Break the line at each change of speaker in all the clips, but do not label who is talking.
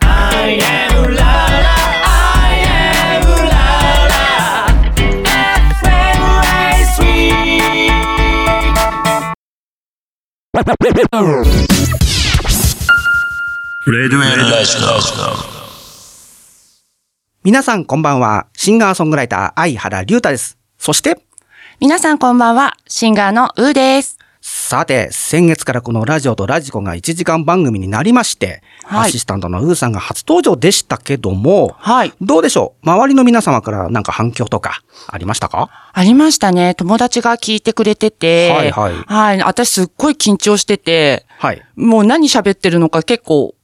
I am la la, I am la la. FM ライスウィーク
レデュエル大好
皆さんこんばんは。シンガーソングライター、相原龍太です。そして、
皆さんこんばんは、シンガーのうーです。
さて、先月からこのラジオとラジコが1時間番組になりまして、
は
ア
い
シスタントのウーさんが初登場でしたけども、
はい。
どうでしょう周りの皆様からなんか反響とかありましたか
ありましたね。友達が聞いてくれてて。
はいはい
はい。私すっごい緊張してて、
はい。
もう何喋ってるのか結構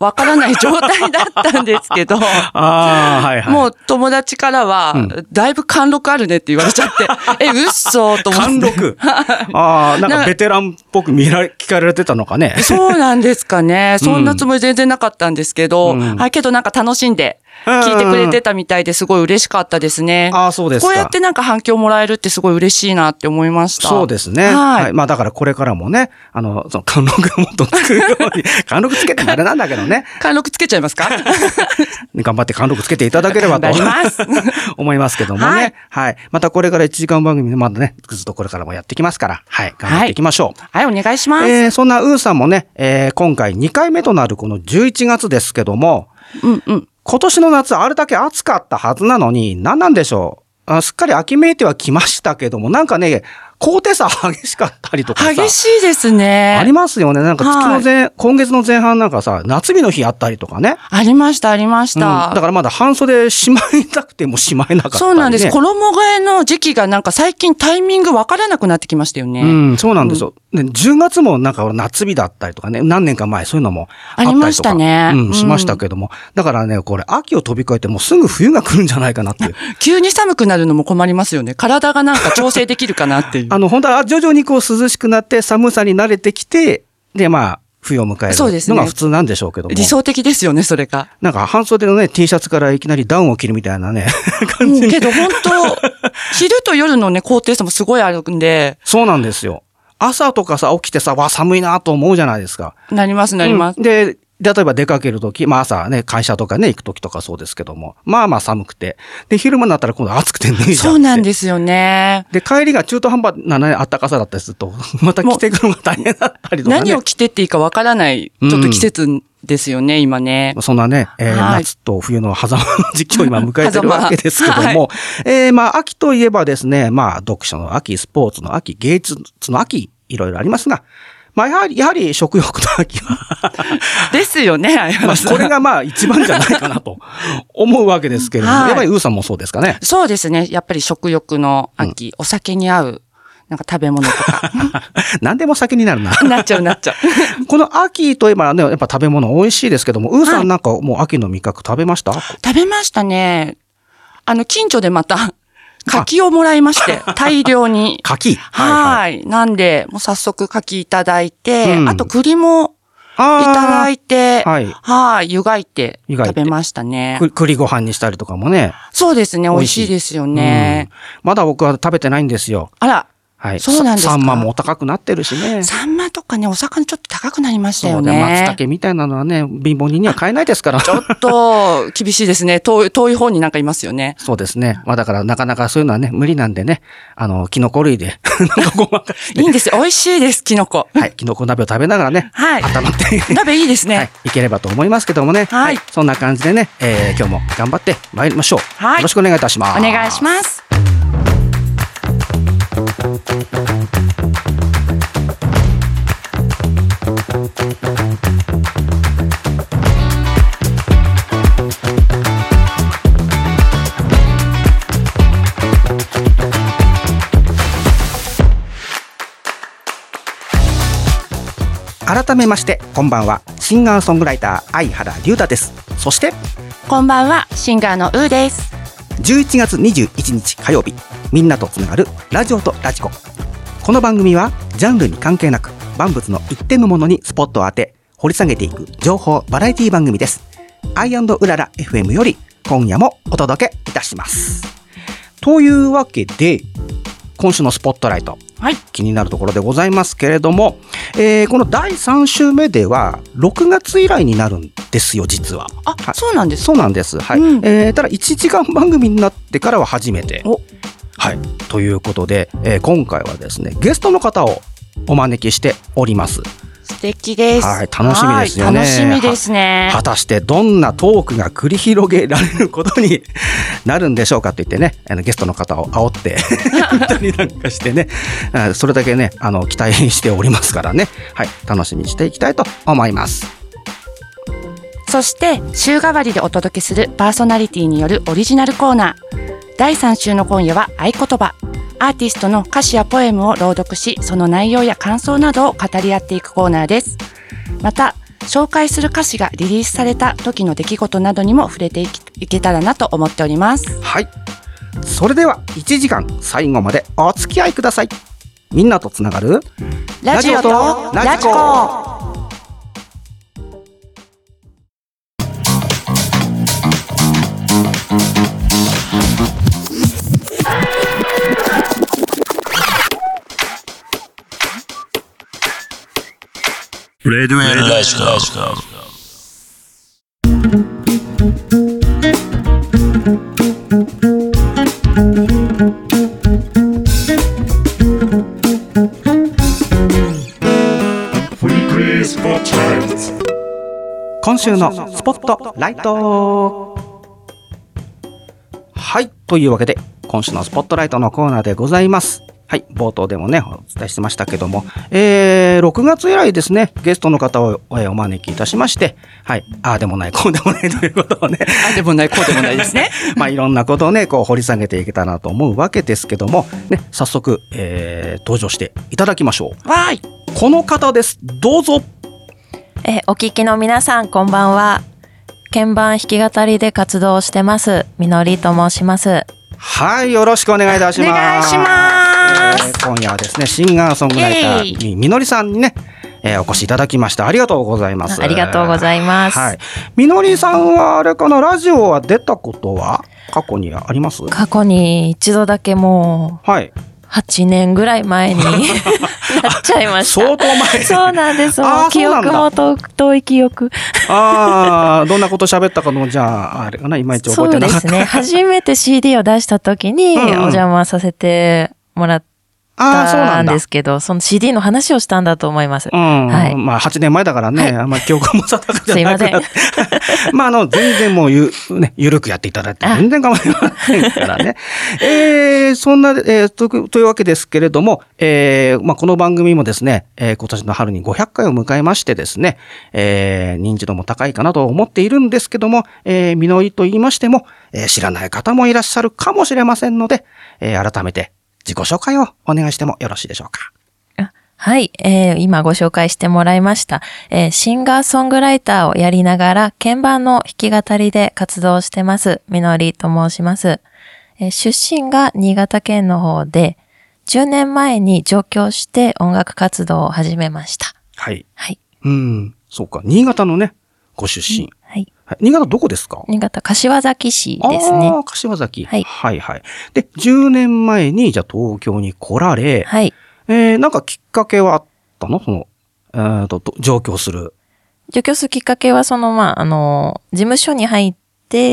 わからない状態だったんですけど、
ああ、 はい
もう友達からは、だいぶ貫禄あるねって言われちゃって、え、嘘と思って。
貫禄。 ああ、なんかベテランっぽく見られ、聞かれてたのかね。
そうなんですかね。そんなつもり全然なかったんですけど、
うん
はい、けどなんか楽しんで聞いてくれてたみたいですごい嬉しかったですね。
ああ、そうですか。
こうやってなんか反響もらえるってすごい嬉しいなって思いました。
そうですね。
はい。
はい。まあだからこれからもね、あの、その、貫禄をもっとつくように、貫禄つけてもあれなんだけどね、
貫禄つけちゃいま すか
頑張って貫禄つけていただければと
頑張ります
思いますけどもね。は
はいい。
またこれから1時間番組でまだね、ずっとこれからもやってきますから、はい。頑張っていきましょう。
はい、お願いします。
えー、そんなウーさんもね、えー、今回2回目となるこの11月ですけども、
うんうん。
今年の夏あれだけ暑かったはずなのに、何なんでしょうあすっかり秋めいてはきましたけども、なんかね、高低差激しかったりとかさ。
激しいです
あり
ね。
ますよね。なんか月の前、今月の前半なんかさ、夏日の日あったりとかね。
ありました、ありまし
うん、だ
た。
からまだ半袖しまいたくてもしまえなかったり、ね。
そうなんです。衣替えの時期がなんか最近タイミングわからなくなってきましたよね。
うん、そうなんですよ。ね、10月もなんか夏日だったりとかね、何年か前そういうのもあったりとか
ありましたね
うん、
うん
しましたけども。だからね、これ秋を飛び越えてもうすぐ冬が来るんじゃないかなっていう。
急に寒くなるのも困りますよね。体がなんか調整できるかなっていう。
あの、本当は徐々にこう涼しくなって寒さに慣れてきて、で、まあ、冬を迎え
そうで
る
す
の
ね
が普通なんでしょうけども。
理想的ですよね、それが。
なんか半袖のね、T シャツからいきなりダウンを着るみたいなね、 感じ
うんけど本 当昼と夜のね、高低差もすごいあるんで、
そうなんですよ。朝とかさ、起きてさ、わ、寒いなと思うじゃないですか。
なります、なります。
うんで、例えば出かけるとき、まあ朝ね、会社とかね、行くときとかそうですけども、まあまあ寒くて。で、昼間になったら今度暑くて脱いじゃって。
そうなんですよね。
で、帰りが中途半端なね、暖かさだったりすると、 また着てくるのが大変だったりとかね。
何を着てっていいかわからない、
うん
ちょっと季節ですよね、今ね。
そんなね、えー
はい
夏と冬の狭間の時期を今迎えてる
狭間
わけですけども、
はい
えーまあ秋といえばですね、まあ読書の秋、スポーツの秋、芸術の秋、いろいろありますが、まあやはり、やはり食欲の秋は、
ですよね、相
ま
原
あ
さん
これがまあ一番じゃないかな と思うわけですけれども、
はい
やっぱりウーさんもそうですかね。
そうですね。やっぱり食欲の秋、お酒に合う、なんか食べ物と か、
何でも先になるな。
なっちゃうなっちゃう。
この秋といえばね、やっぱ食べ物美味しいですけども、ウーさ
は
ん
い
なんかもう秋の味覚食べました、
食べましたね。あの、近所でまた、柿をもらいま して、大量に。
柿。い。
はい。なんで、もう早速柿いただいて、
うん
あと栗もいただ
あ
いて、
はい
はい。湯がいて
湯がい
食
て
べましたね
あ。。く栗ご飯にしたりとかもね。
そうです
美
ね。美
味
味
しい
しいですよね。
うんまだ僕は食べてないんですよ。
あら、
はい。
そうなんですか
さサンマもお高くなってるしね。
サンマとかね、お魚ちょっと高くなりましたよ
そうね松
ね。
茸みたいなのはね、貧乏人には買えないですから。
ちょっと、厳しいですね。遠い、遠い方になんかいますよね。
そうですね。まあだからなかなかそういうのはね、無理なんでね、あの、キノコ類 で、なんかごまかし
いいんですよ。美味しいです、キノコ。
はい。キノコ鍋を食べながらね、
はい。
温まって、
鍋いいです
はい
ね。、
いければと思いますけどもね。
はい
そんな感じでね、えー今日も頑張って参りましょう。
はい
よろしくお願いいたします。
お願いします。
改めまして、こんばんは。シンガーソングライター、相原龍太です。そして、
こんばんは、シンガーのうーです。
11月21日火曜日みんなとつながるラジオとラジコこの番組はジャンルに関係なく万物の一点のものにスポットを当て掘り下げていく情報バラエティ番組ですアイウララ FM より今夜もお届けいたしますというわけで今週のスポットライト
はい。
気になるところでございますけれども、えーこの第3週目では、6月以来になるんですよ、実は。
あ、
はい
そうなんです。
そうなんです。はい。
うん
えーただ、1時間番組になってからは初めて。
お
はい。ということで、えー今回はですね、ゲストの方をお招きしております。
素敵です。
はい楽しみですよね
はい楽しみですね。
果たしてどんなトークが繰り広げられることに なるんでしょうかと言ってね、あのゲストの方を煽 って、言ったりなんかしてね、あそれだけね、あの、期待しておりますからね、はい、楽しみにしていきたいと思います。
そして週替わりでお届けするパーソナリティによるオリジナルコーナー第3週の今夜は合言葉アーティストの歌詞やポエムを朗読しその内容や感想などを語り合っていくコーナーですまた紹介する歌詞がリリースされた時の出来事などにも触れていきいけたらなと思っております
はい。それでは、1時間最後までお付き合いください。みんなとつながる
ラジオとラジコ
レディオエラジコ。
Weekly Spot Times.
今週のスポットライトはいというわけで今週のスポットライトのコーナーでございますはい冒頭でもねお伝えしてましたけども、えー、6月以来ですねゲストの方をえーお招きいたしましてはいああでもないこうでもない ということをね
あでもないこうでもないですね
まあいろんなことをねこう掘り下げていけたらなと思うわけですけどもね早速、えー、登場していただきましょう
わーい
この方ですどうぞ
えーお聞きの皆さんこんばんは鍵盤弾き語りで活動してますみのりと申します
はい、よろしくお願いいたします。
お願いします
えー今夜はですね、シンガーソングライタ
イエ
ーにみのりさんにね、えーお越しいただきました。ありがとうございます。
あありがとうございます
はい、みのりさんはあれかな、ラジオは出たことは過去にあります。
過去に一度だけも
はい、
う8年ぐらい前に なっちゃいました
相当前。
そうなんですも
あ
う
ーそ
記
うなんだ
憶も遠く遠い記憶
ああ、どんなこと喋ったかの、じゃあ、あれかな、いまいち
そ
覚えてな
うで
かった。
すね初めて CD を出した時に
うん
お
うん
邪魔させてもらっ
ああ、そうな
た
ん
ん
だ
で。すけどその CD の話をしたんだと思います
うん、
はい
まあ8年前だからね、あんま記憶も定かじゃなくなって。まああの、全然もうゆ、ね、ゆるくやっていただいて、全然構いませんからね。 えー、そんな、えーと、というわけですけれども、えー、まあこの番組もですね、えー今年の春に500回を迎えましてですね、えー、認知度も高いかなと思っているんですけども、えー、みのりと言いましても、えー知らない方もいらっしゃるかもしれませんので、えー、改めて自己紹介をお願いしてもよろしいでしょうか。
あはい、えー今ご紹介してもらいました、えーシンガーソングライターをやりながら、鍵盤の弾き語りで活動してます、みのりと申します。えー出身が新潟県の方で、10年前に上京して音楽活動を始めました。
はい。
はい。
うん、そうか。新潟のね、ご出身。
はい。
はい新潟どこですか
新潟柏崎市ですね
あ。あ、柏崎。
はい
はいはい。で、10年前に、じゃあ東京に来られ、
はい。
えー、なんかきっかけはあったのその、えーと、と上京する。
上京するきっかけは、その、まあ、あの、事務所に入って、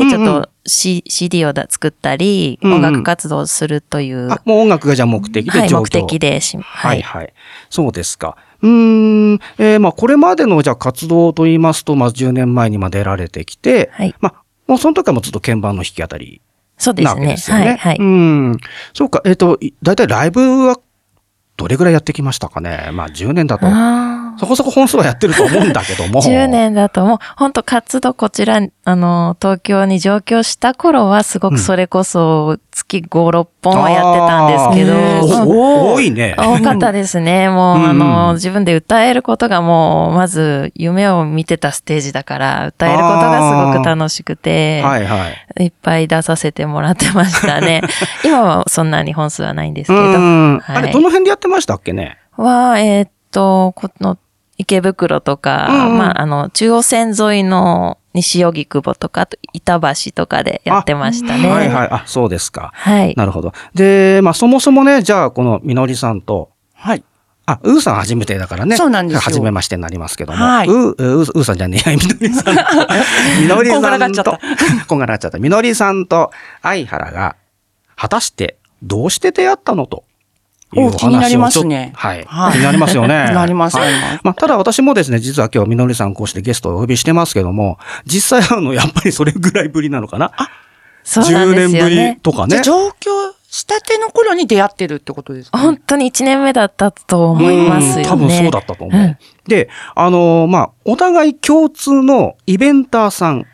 うんうん
ちょっと、C CD をだ作ったり、
うんうん
音楽活動をするという。
あ、もう音楽がじゃあ目的
は
で
い、
上京。
目的でし、は
はい
い。
はい。そうですか。うーん。えーまあ、これまでの、じゃあ活動と言いますと、まあ、10年前にまあ出られてきて、
はい
まあ、もうその時はもうずっと鍵盤の弾き語り
そうで
な
す
わけ
ね。
ですよね。。
はい、はいう
ん。そうか。えっ、と、い大体ライブはどれぐらいやってきましたかね。まあ10年だと。
あ
そこそこ本数はやってると思うんだけど
あ。
も。
10。年だともう、本当活動こちら、あの、東京に上京した頃は、すご
うん
くそれこそ、月5、6本はやってたんですけ
あー
ど、うん
お多いね。
多かったですね。もう、
うんうん
あの、自分で歌えることがもう、まず、夢を見てたステージだから、歌えることがすごく楽しくて、
はいはい。
いっぱい出させてもらってました ね。今はそんなに本数はないんです
う
けど、
ん。
はい
あれ、どの辺でやってましたっけね。
は、えーっと、この池袋とか、
うんうん
まあ、あの、中央線沿いの西荻窪とか、あと板橋とかでやってましたね。
はいはい。あ、そうですか。
はい。
なるほど。で、まあそもそもね、じゃあこのみのりさんと、
はい。
あ、ウーさん初めてだからね。
そうなんですよ
初めましてになりますけども。
はい
ウー、ウーウーさんじゃねえや、 みのりさん。みのり
こんが
さ
らがっ
ん
ちゃった
と、 こんがらがっちゃった。みのりさんと相原が、果たして、どうして出会ったのと。いう
お気になりますね
お話をちょっと
は
はいい。気になりますよね。
なります
はい
なります
まあ、ただ私もですね、実は今日みのりさんこうしてゲストをお呼びしてますけども、実際会うのやっぱりそれぐらいぶりなのかな。
そうなんです
10年
よ
ぶり
ね。
とか
じ
ね
ゃあ。上京したての頃に出会ってるってことですか、
本当に1年目だったと思いますよね。
うん多分そうだったと思う。
うん
で、あのーまあ、お互い共通のイベンターさん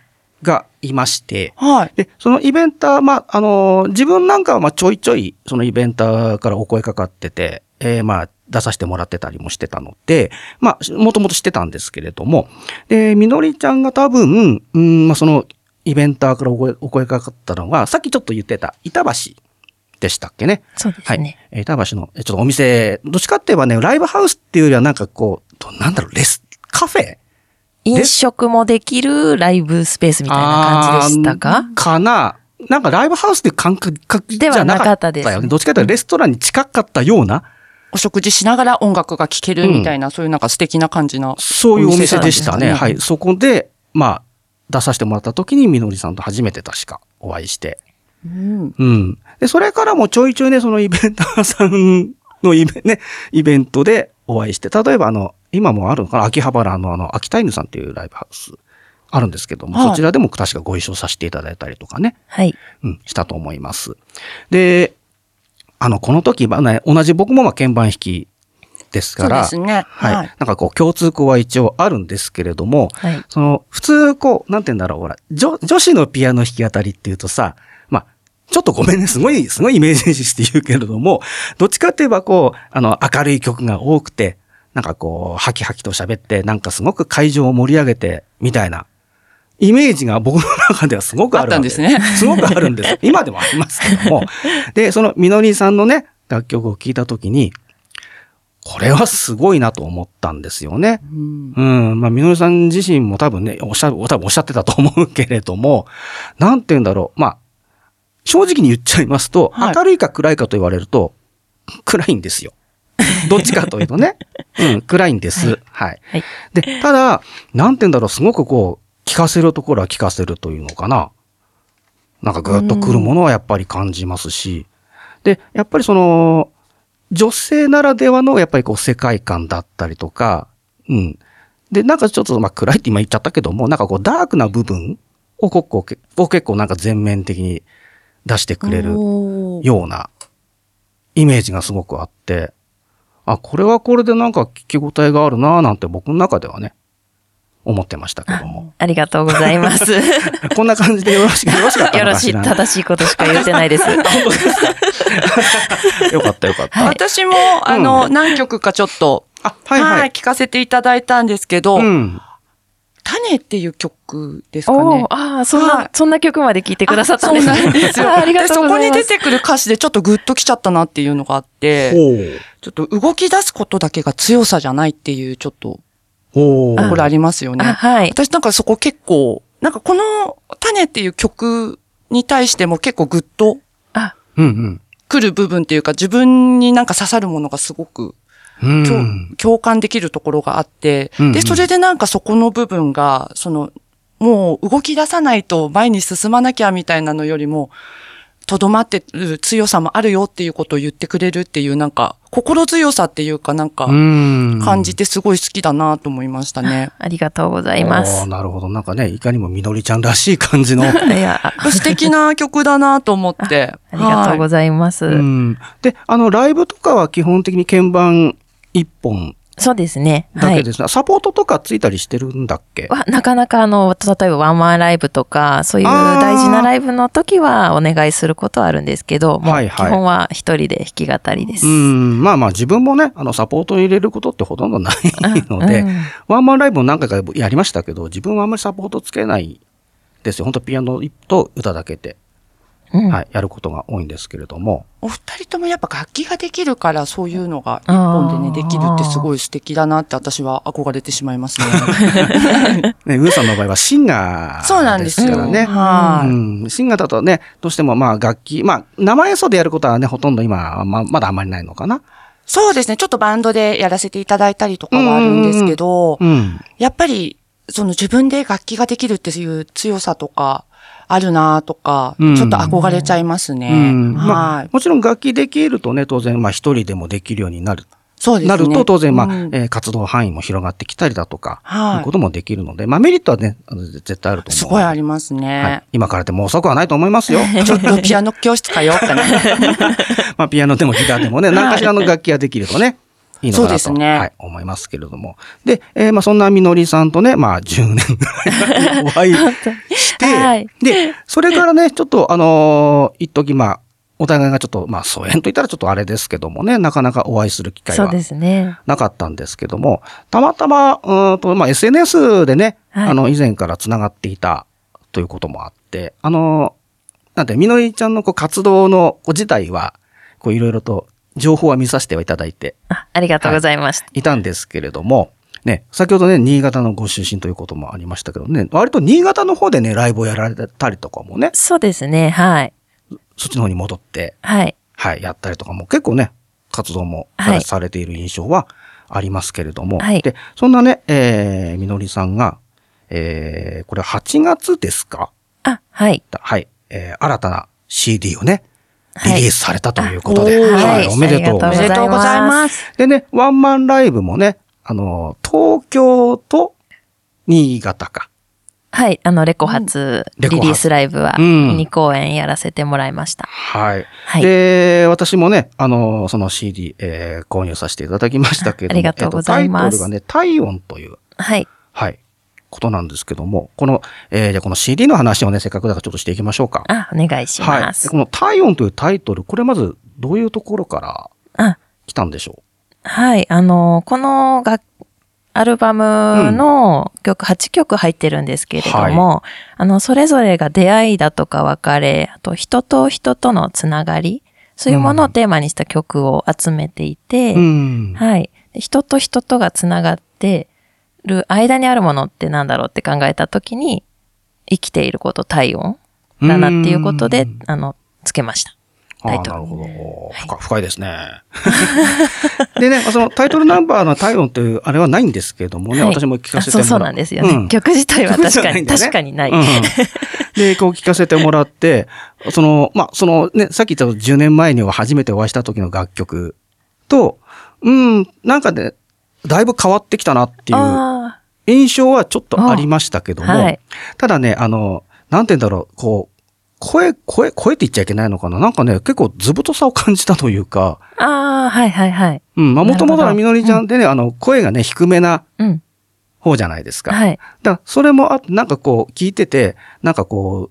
がいまして、
はい。
で、そのイベンター、まあ、あのー自分なんかはまあちょいちょい、そのイベンターからお声かかってて、えーまあ、出させてもらってたりもしてたので、まあ、もともとしてたんですけれども、で、みのりちゃんが多分、うん、まあ、その、イベンターからお声お声かかったのが、さっきちょっと言ってた、板橋でしたっけね。
そうで
は
す
い。
ね。
えー板橋の、えーちょっとお店、どっちかって言えばね、ライブハウスっていうよりはなんかこう、どなんだろう、レス、カフェ
飲食もできるライブスペースみたいな感じでした
あ
か
ーかななんかライブハウスっていう感覚じ
では
ゃ
な
な
か
か
っ
ったた
で
です
ね
よね。どっちかというとレストランに近かったような、
お食事しながら音楽が聴けるみたいな、そういうなんか素敵な感じの。
そういうお店でしたね。
お店なん
は
で
い。そこで、まあ、出させてもらった時にみのりさんと初めて確かお会いして。
うん。
うん。で、それからもちょいちょいね、そのイベンターさんのイベ,、ね、イベントでお会いして、例えばあの、今もあるのかな秋葉原のあの、秋田犬さんっていうライブハウスあるんですけども、
はい
そちらでも確かご一緒させていただいたりとかね、
はい。
うん、したと思います。で、あの、この時、まあね、同じ僕もまあ鍵盤弾きです
そ
か
うで
ら、
すね。
はい、
はい。
なんかこう、共通項は一応あるんですけれども、
はい。
その、普通、こう、なんて言うんだろう、ほら、女、女子のピアノ弾き語りっていうとさ、まあ、ちょっとごめんね、すごい、 すごいイメージして言うけれども、どっちかって言えばこう、あの、明るい曲が多くて、なんかこう、ハキハキと喋って、なんかすごく会場を盛り上げて、みたいな、イメージが僕の中ではすごくあるわけ
あったんですね。
すごくあるん です。今でもありますけども。で、その、みのりさんのね、楽曲を聴いたときに、これはすごいなと思ったんですよね。
うん
うん。まあ、みのりさん自身も多分ね、おっしゃ、多分おっしゃってたと思うけれども、なんて言うんだろう。まあ、正直に言っちゃいますと、
はい
明るいか暗いかと言われると、暗いんですよ。どっちかというとね。うん、暗いんです。はい。
はい
で、ただ、なんて言うんだろう、すごくこう、聞かせるところは聞かせるというのかな。なんかぐーっとくるものはやっぱり感じますし、で、やっぱりその、女性ならではのやっぱりこう世界観だったりとか、うん。で、なんかちょっとまあ暗いって今言っちゃったけども、なんかこうダークな部分をこうこうけを結構なんか全面的に出してくれる
おー
ようなイメージがすごくあって、あ、これはこれでなんか聞き応えがあるなぁなんて僕の中ではね、思ってましたけど も。
ありがとうございます。よ
こんな感じでよろしく、よろしかったの
ろ
か
し
し
い、
ら。
正しいことしか言ってないです。
よかったよかった。
私も、あの、何曲かちょっと、
あ、はいはい。
聞かせていただいたんですけど、
うん。
種っていう曲ですか
お
ね
ー。ああ、そん
はい
な、そんな曲まで聴いてくださったんです
あそうなんですよ。
あーありがとうございま
でそこに
す。
出てくる歌詞でちょっとグッときちゃったなっていうのがあって、
ほう。
ちょっと動き出すことだけが強さじゃないっていうちょっと、
ほう。
これありますよ
あ
ね。
はい。
私なんかそこ結構、なんかこの種っていう曲に対しても結構グッと
あ、
うん
来る部分っていうか自分になんか刺さるものがすごく
うん。
共,、
うん。
共感できるところがあって、
うんうん
で、それでなんかそこの部分が、その、もう動き出さないと前に進まなきゃみたいなのよりも、とどまってる強さもあるよっていうことを言ってくれるっていうなんか、心強さっていうかなんか、
うん。
感じてすごい好きだなと思いましたね。
ありがとうござい
お
ま
ー
す。
なるほど。なんかね、いかにもみのりちゃんらしい感じの。
い や、あ
素敵な曲だなと思って。
ありがとう
は
ございます。
うん。で、あの、ライブとかは基本的に鍵盤一本
そうですね。
だ
は
け
い
で。すね、サポートとかついたりしてるんだっけ
は、なかなかあの、例えばワンマンライブとか、そういう
あー
大事なライブの時はお願いすることはあるんですけど、も
は
う
い
基
はい
本は一人で弾き語りです。
うん。まあまあ自分もね、あの、サポートを入れることってほとんどないので、
うん
ワンマンライブも何回かやりましたけど、自分はあんまりサポートつけないですよ。本当ピアノと歌だけで、
うん
はい、やることが多いんですけれども。
お二人ともやっぱ楽器ができるからそういうのが一本でね、
あー
できるってすごい素敵だなって私は憧れてしまい ますね。
ね、ウーさんの場合はシンガ
そうな
ー
ん
で
です
すか
よ。
らね。
は
う
い。
ん、シンガーだとね、どうしてもまあ楽器、まあ生演奏でやることはね、ほとんど今、ままだあんまりないのかな。
そうですね。ちょっとバンドでやらせていただいたりとかはあるんですけど、
うん。
やっぱり、その自分で楽器ができるっていう強さとか、あるなとか、
うん
ちょっと憧れちゃいますね。
うん
はい、
まあ、もちろん楽器できるとね、当然、まあ一人でもできるようになる。
そうです
な
ね。
ると、当然、まあ、
うん
えー活動範囲も広がってきたりだとか、
はい
いうこともできるので、まあメリットはね、あの絶対あると思う。
すごいあ
り
ります
はい
ね。、
今からでも遅くはないと思いますよ。
ちょっとピアノ教室通おうかな。
まあ、ピアノでもギターで もね、何かしらの楽器ができるとね、いいのかなと。
そうですね
はい、思いますけれども。で、えーまあ、そんなみのりさんとね、まあ、10年ぐら いお会いして、
はい
で、それからね、ちょっと、あのー一時まあ、お互いがちょっと、まあ、疎遠と言ったらちょっとあれですけどもね、なかなかお会いする機会
そう
は
ですね。
なかったんですけども、たまたま、うーんと、まあ、SNS でね、
はい
あの、以前から繋がっていたということもあって、あの、なんて、みのりちゃんのこう活動のこう自体は、こういろいろと情報は見させてはいただいて
あありがとうございました。
いたんですけれども、ね、先ほどね、新潟のご出身ということもありましたけどね、割と新潟の方でね、ライブをやられたりとかもね、
そうですね。はい。
そっちの方に戻って、
はい。
はい、やったりとかも結構ね、活動もさ
はい
されている印象はありますけれども、
はい
で、そんなね、えー、みのりさんが、えー、これ8月ですか
あ、はい。
はい、えー、新たな CD をね、リ
はい
リースされたということで、
おー
はい、おめでとうご
お
ざいま。
めですとうございます。
でね、ワンマンライブもね、あの、東京と新潟か。
はい。あの、レコ発
レ
リ
コ発
リースライブは
うん
2公演やらせてもらいました。
はい。
はい
で、私もね、あの、その CD、えー購入させていただきましたけれども、
ありがとうございます
えっとタイトルがね、体温という、
はい。
はい、ことなんですけども、この、えーじゃあこの CD の話をね、せっかくだからちょっとしていきましょうか。
あ、お願いし
は
ま。
い。ですこの体温というタイトル、これまずどういうところから
あ、
来たんでしょ
はい。あの、この楽、アルバムの曲、8曲入ってるんですけれども、あの、それぞれが出会いだとか別れ、あと人と人とのつながり、そういうものをテーマにした曲を集めていて、
う。うん。
はい。で人と人とがつながってる間にあるものってなんだろうって考えたときに、生きていること、体温だなっていうことで、あの、つけました。
あ
タイ
ー
トル
なるほど。おー深深いですね。でね、そのタイトルナンバーの体温という、あれはないんですけれどもね、
はい
私も聞かせてもら
あそうそうなんですよね。
うん
曲自体は確
曲じゃ
か
ない
に、
んだよね
確かにない。
うんうんで、こう聞かせてもらって、その、まあ、そのね、さっき言った10年前には初めてお会いした時の楽曲と、うん、なんかね、だいぶ変わってきたなっていう
あ
印象はちょっとありましたけども、
あはい
ただね、あの、なんて言うんだろう、こう、声、声、声って言っちゃいけないのかななんかね、結構図太さを感じたというか、
ーあー、はいはいはい。
うん、まあ、
な
も
る
と
ほど
もとはみのりちゃんってね、あの、声がね、低めな
うん。
方じゃないですか。
はい。
だからそれもあって、なんかこう、聞いてて、なんかこ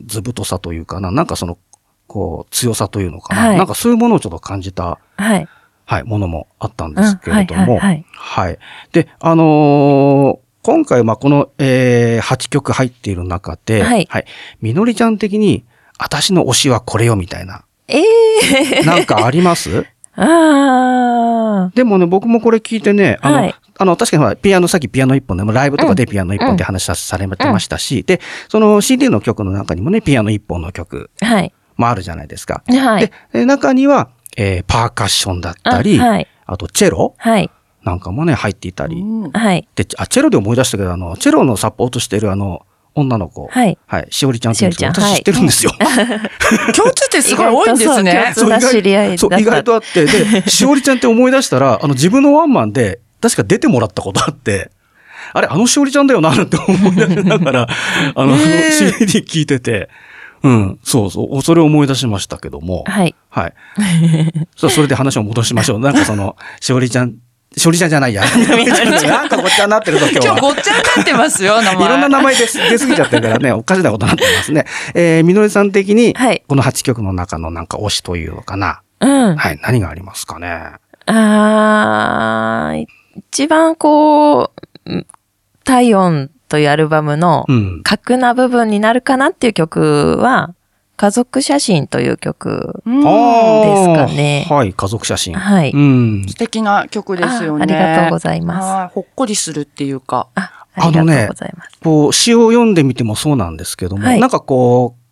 う、図太さというかな、なんかその、こう、強さというのかな、
はい
なんかそういうものをちょっと感じた、
はい。
はい、ものもあったんですけれど
う
も、
んはいはい
はいで、あのー今回、まあ、この、えー、8曲入っている中で、
はい
みのりちゃん的に、私の推しはこれよ、みたいな、
ええ ー。
なんかあります
ああ。
でもね、僕もこれ聞いてね、あの、
はい
あの、確かにほらピアノ、さっきピアノ一本で、まあライブとかでピアノ一本って話さされてましたし、で、その CD の曲の中にもね、ピアノ一本の曲
はい。
もあるじゃないですか。
はい
で。、え中には、えーパーカッションだったり、あ,、
あはい
とチェロ
はい。
なんかもね、入っていたり、
はい。
で、あ、チェロで思い出したけど、あの、チェロのサポートしてるあの、女の子。
はい
しおりちゃんって言うんですけど
しおりちゃんはい
私知ってるんですよ。
共通点すごい多いんですね。
そう
意外
知り合いだった
そう、意外とあって、 で、しおりちゃんって思い出したら、あの、自分のワンマンで、確か出てもらったことあって、あれ、あのしおりちゃんだよな、って思い出しなが ら、あの、CD 聞いてて、うん、そうそう、それを思い出しましたけども、
はい。
はい。そう、それで話を戻しましょ う。なんかその、しおりちゃん、しおりちゃんじゃないや。なんかごっちゃになってるぞ、今日
今
は
日。ごっちゃになってますよ、名前。
いろんな名前です出すぎちゃってるからね、おかしなことになってますね。えー、みのりさん的に、
はい
この8曲の中のなんか推しというのかな。
うん。
はい、何がありますかね。
ああ、一番こう、ん体温というアルバムの
うん。
格な部分になるかなっていう曲は、家族写真という曲。
うん
あー
ですかね
はい、家族写真。
はい。
うん。
素敵な曲ですよね。
あありがとうございます
はい。ほっこりするっていうか。
あ、
あ
あ
の
り
ね
がとうございます。
こう、詩を読んでみてもそうなんですけども、
はい
なんかこう、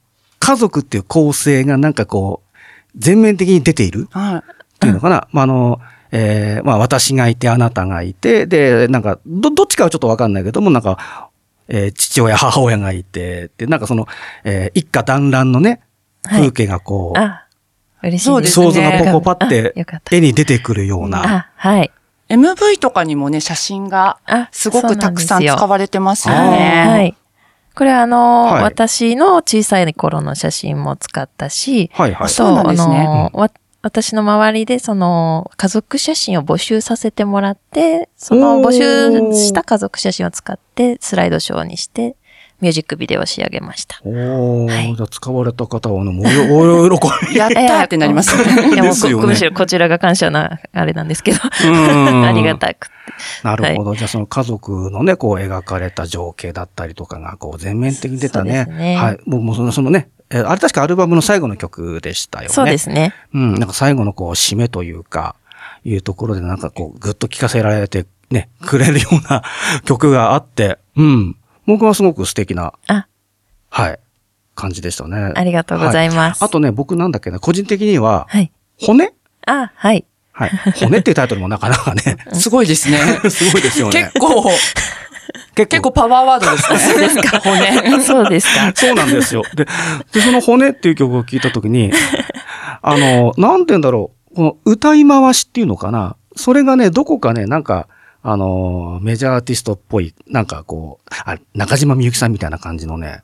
家族っていう構成がなんかこう、全面的に出ている
はい。
っていうのかな。まあ、あの、えーまあ私がいてあなたがいて、で、なんか、ど、どっちかはちょっとわかんないけども、なんか、えー父親、母親がいて、で、なんかその、えー一家団らんのね、
はい
風景がこう、
あ、嬉しい
そうですね
想像がポコパっ
あよ
て
かった
絵に出てくるような。
あ、はい。
MV とかにもね、写真が
あ
すごくたくさん
そうなんです
使
よ
われてますよ
あー
は
ね。
い。これはあの、
はい
私の小さい頃の写真も使ったし、
はいはい。
そうなんですね
あのわ私の周りで、その、家族写真を募集させてもらって、その
おー
募集した家族写真を使って、スライドショーにして、ミュージックビデオを仕上げました。
おー、
はい
じゃあ使われた方は、あの、もうよお喜 び。
やったーってなりますね。
いや、も
で
う
すよね
こむしろこちらが感謝な、あれなんですけど、
ん
ありがたくて。
なるほど。じゃあ、その家族のね、こう、描かれた情景だったりとかが、こう、全面的に出た
そう
ね。
ですね
はい。もう、もうその、そのね、えーあれ確かアルバムの最後の曲でしたよね。
そうですね。
うん、なんか最後のこう、締めというか、いうところでなんかこう、ぐっと聞かせられて、ね、くれるような曲があって、うん。僕はすごく素敵な、
あ、
はい、感じでしたね。
ありがとうございます。
あとね、僕なんだっけな、個人的には、
はい。
骨
あ、はい。
はい。骨っていうタイトルもなかなかね、
すごいで すね。
すごいですよね
結。構、
結
結構パワーワードですね。そうですか。骨。
そうですか。
そうなんですよ。で、でその骨っていう曲を聞いたとき に、あの、なんて言うんだろう。この歌い回しっていうのかな。それがね、どこかね、なんか、あの、メジャーアーティストっぽい、なんかこう、あ中島みゆきさんみたいな感じのね、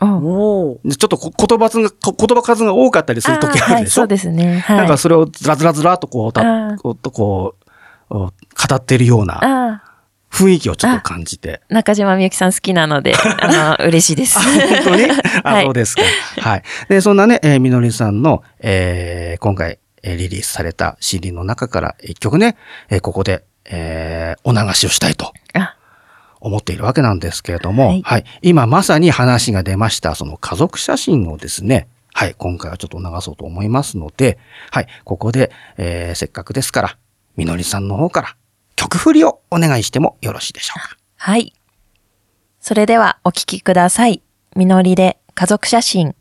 うん
おー
ちょっとこ言葉数が、こ言葉数が多かったりする時あ
は
る
い、
でしょ、
そうですね。はい。
なんかそれをずらずらずらっとこう、
あ
た
ー
こうこう、お語ってるような
あ
雰囲気をちょっと感じて。
あ、中島みゆきさん好き なので、あの、嬉しいです。
本 当にあ、
はい
そうですか。はい。で、そんなね、えーみのりさんの、えー今回、えーリリースされた CD の中から一曲ね、えーここで、えーお流しをしたいと
あ
思っているわけなんですけれども、は
はいい、
今まさに話が出ました、その家族写真をですね、はい。今回はちょっと流そうと思いますので、はい。ここで、えーせっかくですから、みのりさんの方から曲振りをお願いしてもよろしいでしょうか。
はい。それではお聞きください。みのりで家族写真。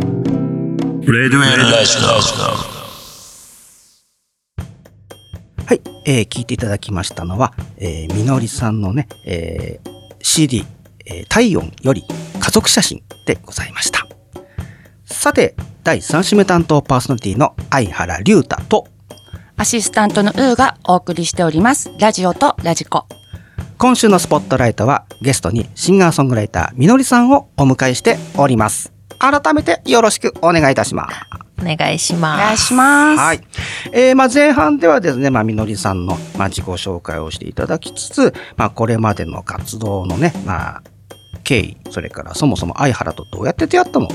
Radio Enlightened.
はい、えー聞いていただきましたのは、えーみのりさんのね、えー CD、えー体温より家族写真でございました。さて、第3週目担当パーソナリティの相原龍太と、
アシスタントのウーがお送りしております。ラジオとラジコ。
今週のスポットライトはゲストにシンガーソングライターみのりさんをお迎えしております。改めてよろしくお願いいたします。
お願いし
お
ま
願い
す。
します。
はい。えーまあ前半ではですね、まあみのりさんの、まあ、自己紹介をしていただきつつ、まあこれまでの活動のね、まあ経緯、それからそもそも相原とどうやって出会ったのと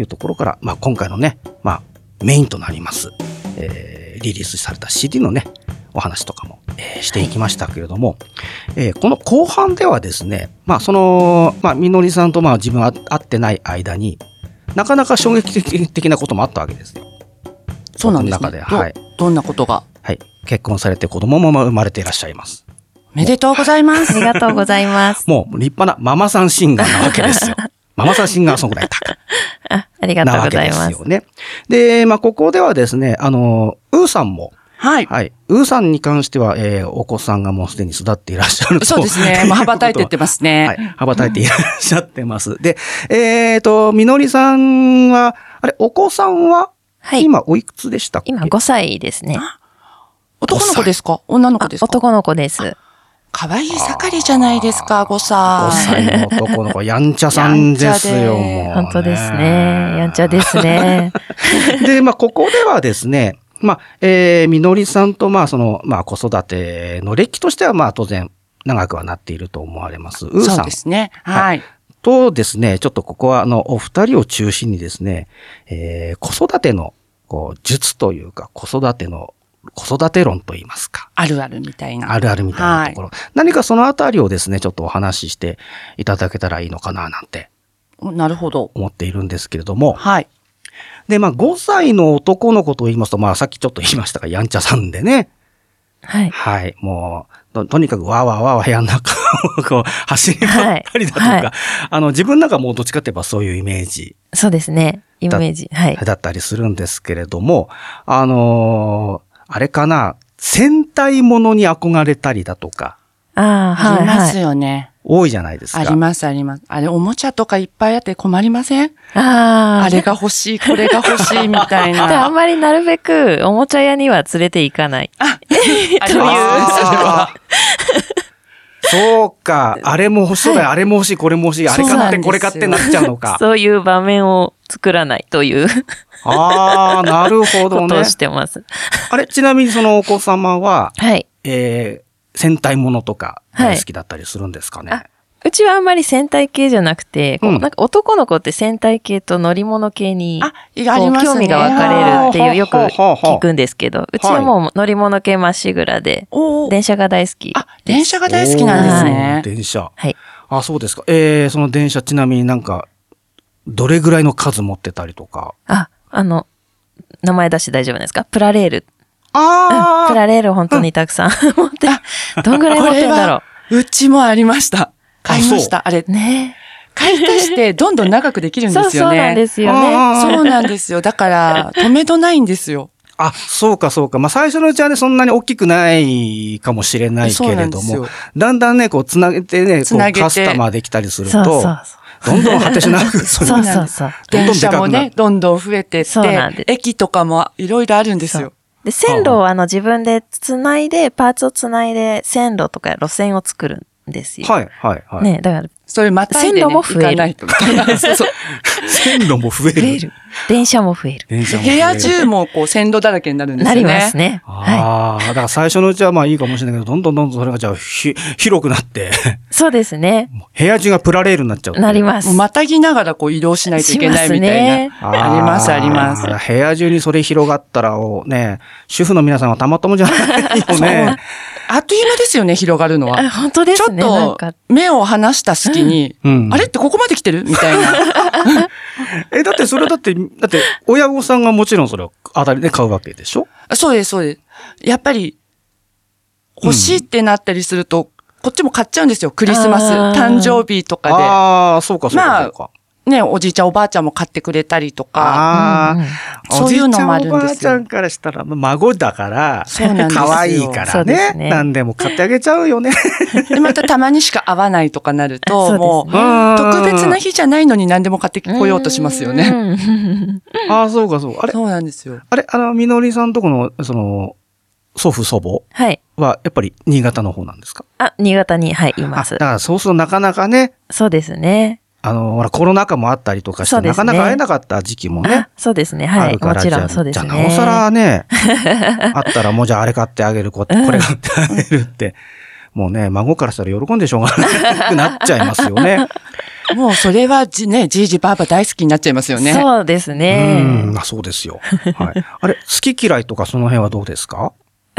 いうところから、まあ今回のね、まあメインとなります、えーリリースされた CD のね、お話とかも、えーしていきましたけれども、えーこの後半ではですね、まあその、まあみのりさんとまあ自分は会ってない間に、なかなか衝撃的なこともあったわけですよ。
そうなんです、ね。
僕の中ではい
どどんなことが
はい。結婚されて子供も生まれていらっしゃいます。
おめでとうございます。
ありがとうございます。
もう立派なママさんシンガーなわけです よ。ママさんシンガーソングライタ
あありが
ー
と
な
うご
わけ
ざい
で
ますす
よ。ね。で、まあ、ここではですね、あの、ウーさんも、
はい。
はい。ウーさんに関しては、えーお子さんがもうすでに育っていらっしゃると
そうで すね。まあ、羽ばたいてってますね。
はい。羽ばたいていらっしゃってます。で、えっ、と、みのりさんは、あれ、お子さんは、
はい。
今おいくつでしたっけ
今5歳ですね。
男の子ですか女の
あ
子ですか
男の子です。
かわいい盛りじゃないですか、5
5
歳。
歳の男の子、やんちゃさんですよ、
やんち
もう、
ゃで
本当ですね。やんちゃですね。
で、まあ、ここではですね、まあ、えー、みのりさんと、まあ、その、まあ、子育ての歴としては、まあ、当然、長くはなっていると思われます。うー
そ
さ
うんですね。はい。
とですね、ちょっとここは、あの、お二人を中心にですね、えー、子育ての、こう、術というか、子育ての、子育て論といいますか。
あるあるみたいな。
あるあるみたいなところ。何かそのあたりをですね、ちょっとお話ししていただけたらいいのかな、なんて
なるほど。
思っているんですけれども。
はい。
で、まあ、5歳の男の子と言いますと、まあ、さっきちょっと言いましたが、やんちゃさんでね。
はい。
はい。もう、ととにかくわーわーわーわー部屋の中をこう 走り回ったりだとか、
はいはい
あの、自分なんかもうどっちかって言えばそういうイメージ
そうですね。イメージ。はい。
だったりするんですけれども、あのーあれかな、戦隊ものに憧れたりだとか、
ああ、
あ
は
り
い、
ま
は
す
い。
よね。
多いじゃないですか。
あります、あります。あれ、おもちゃとかいっぱいあって困りません
ああ
あれが欲しい、これが欲しい、みたい
だからあ
な。
んまりなるべくおもちゃ屋には連れて行かない。
ありますそれは
あ ーそうか。あれも欲しい、あれも欲しい、これも欲しい、あれ
そう
買
な
っ
ん
て、
ですよ
これ買ってなっちゃうのか。
そういう場面を作らないという
ああ、なるほ
こ
ど
と
ね
を。してます。
あれ、ちなみにそのお子様は、
はい。
えー、戦隊ものとか
はい
大好きだったりするんですかね。
あうちはあんまり戦隊系じゃなくて、こ
う
う
ん
なんか男の子って戦隊系と乗り物系に、
あ、いやあ
こ
り
う
ますね。
興味が分かれるっていうよく
はあはあはあはあ
聞くんですけど、うちはもう乗り物系まっしぐらで、
おー
電車が大好き。
あ、電車が大好きなんですね
お。ー電車。
はい。
あ、そうですか。えー、その電車、ちなみになんか、どれぐらいの数持ってたりとか。
あ、あの、名前出して大丈夫ですかプラレール。
あ
プラレール本当にたくさん 持って、どんぐらい持ってんだろ
うちもありました。買いました。あれ
う。、ね
買い足してどんどん長くできるんです
そ
よ
う
ね。
そうなんですよ
あ
ね。
ー
そうなんですよ。だから、止めどないんですよ。
あ、そうかそうか。まあ最初のうちはね、そんなに大きくないかもしれないけれど
そうなん
も
です、
だんだんね、こう、つなげてね、
つ
こ
な
う、
げて
カスタマーできたりする
そうそ
と
うそ
ど
う、。
んどん果てしなく、そ
そう
れ
そうそう。
どんどん
電
で
車
か
も
くな
ね
る、。
どんどん増えてっ
そうなんで
て、駅とかもいろいろあるんですよ。
で、線路をあの自分でつないで、パーツをつないで、線路とか路線を作るんですよ。
はい、はい、はい。
ね、だから、
そういうまたいで、ね、
線路も増える
行かないとみたいなそうそう
線路も増え
増え
る。
る。電車も増える。
電車も増え
部
る
屋中もこう線路だらけになるんです
な
よね。
ります。ね。
あ
は
あ、だから最初のうちはまあいいかもしれないけど、どんどんどんどんそれがじゃあひ 広くなって、
い。そうですね。
もう部屋中がプラレールになっちゃう。
なります
もう。またぎながらこう移動しないといけないみたいな。
しま
ー
あります、あります。。
部屋中にそれ広がったら、おね、主婦の皆さんはたまったもんじゃないよね。
あっという間ですよね、広がるの
あ
は。
本当で
ち
す
ょっ
ね。なん
と
か、
目を離した隙に、
うん
あれってここまで来てるみたいな。
え、だってそれだって、だって親御さんがもちろんそれを当たりで買うわけでしょ
あそうです、そうです。やっぱり、欲しいってなったりすると、こっちも買っちゃうんですよ。クリスマス、
あー
誕生日とか
ああ、そうかそうかそうか。
で。ね、おじいちゃん、おばあちゃんも買ってくれたりとか。
あ
うんうん
あ、
そういうのもあるんですよ
おじいちゃんおばあちゃんからしたら、まあ孫だから、
そうなんですよ
可愛いか
そ
ら
うです
ね。
ね
何でも買ってあげちゃうよね。
で、またたまにしか会わないとかなる
そ
と、
うですね
もう、特
特
別な日じゃないのに何でも買ってこようとしますよね。
うん
ああ、そうかそうか。あれ、
そうなんですよ。
あれ、あの、みのりさんとこの、その、祖父祖母
はい。
は、やっぱり新潟の方なんですか
あ、新潟に、はい、い
あ、
ま
だ
す
か。らそうするとなかなかね、
そうですね。
あの、ほら、コロナ禍もあったりとかし
そう
て、
で
な
す
か
ね
なか会えなかった時期もね
あ、そうですね。
あ
はい。
る
も
から、
ち
じ
ろ
ゃあ、
んそうで
じ
す
ゃあ
ね。
なおさらね、あったらもうじゃああれ買ってあげる、ここれ買ってあげるって、もうね、孫からしたら喜んでしょうがなくなっちゃいますよね。
もうそれはじ、ね、じいじばあば大好きになっちゃいますよね。
そうです
うん
ね。
あ、そうですよ。はい。あれ、好き嫌いとかその辺はどうです か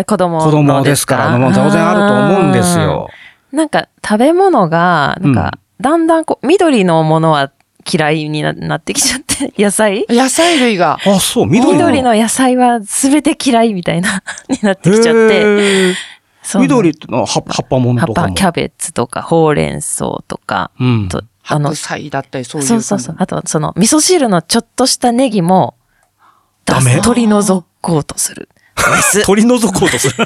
子供の
子供ですから、もう当然あると思うんですよ。。
なんか食べ物が、なんか、だんだんこう、緑のものは嫌いにななってきちゃって、 野菜
野菜類が。
あ、そう、緑の。
緑の野菜は全て嫌いみたいな、 になってきちゃって。
へー
そう
緑ってのは葉葉っぱもの
葉
と
っ
かも。
ぱ、キャベツとか、ほうれん草とか、
うん。
とあの
白、菜だったり、そういう
そ
感
う
じ。
そうそう。あと、その、味噌汁のちょっとしたネギも、
ダメ
出す取り除こうとする。です。
取り除こうとする。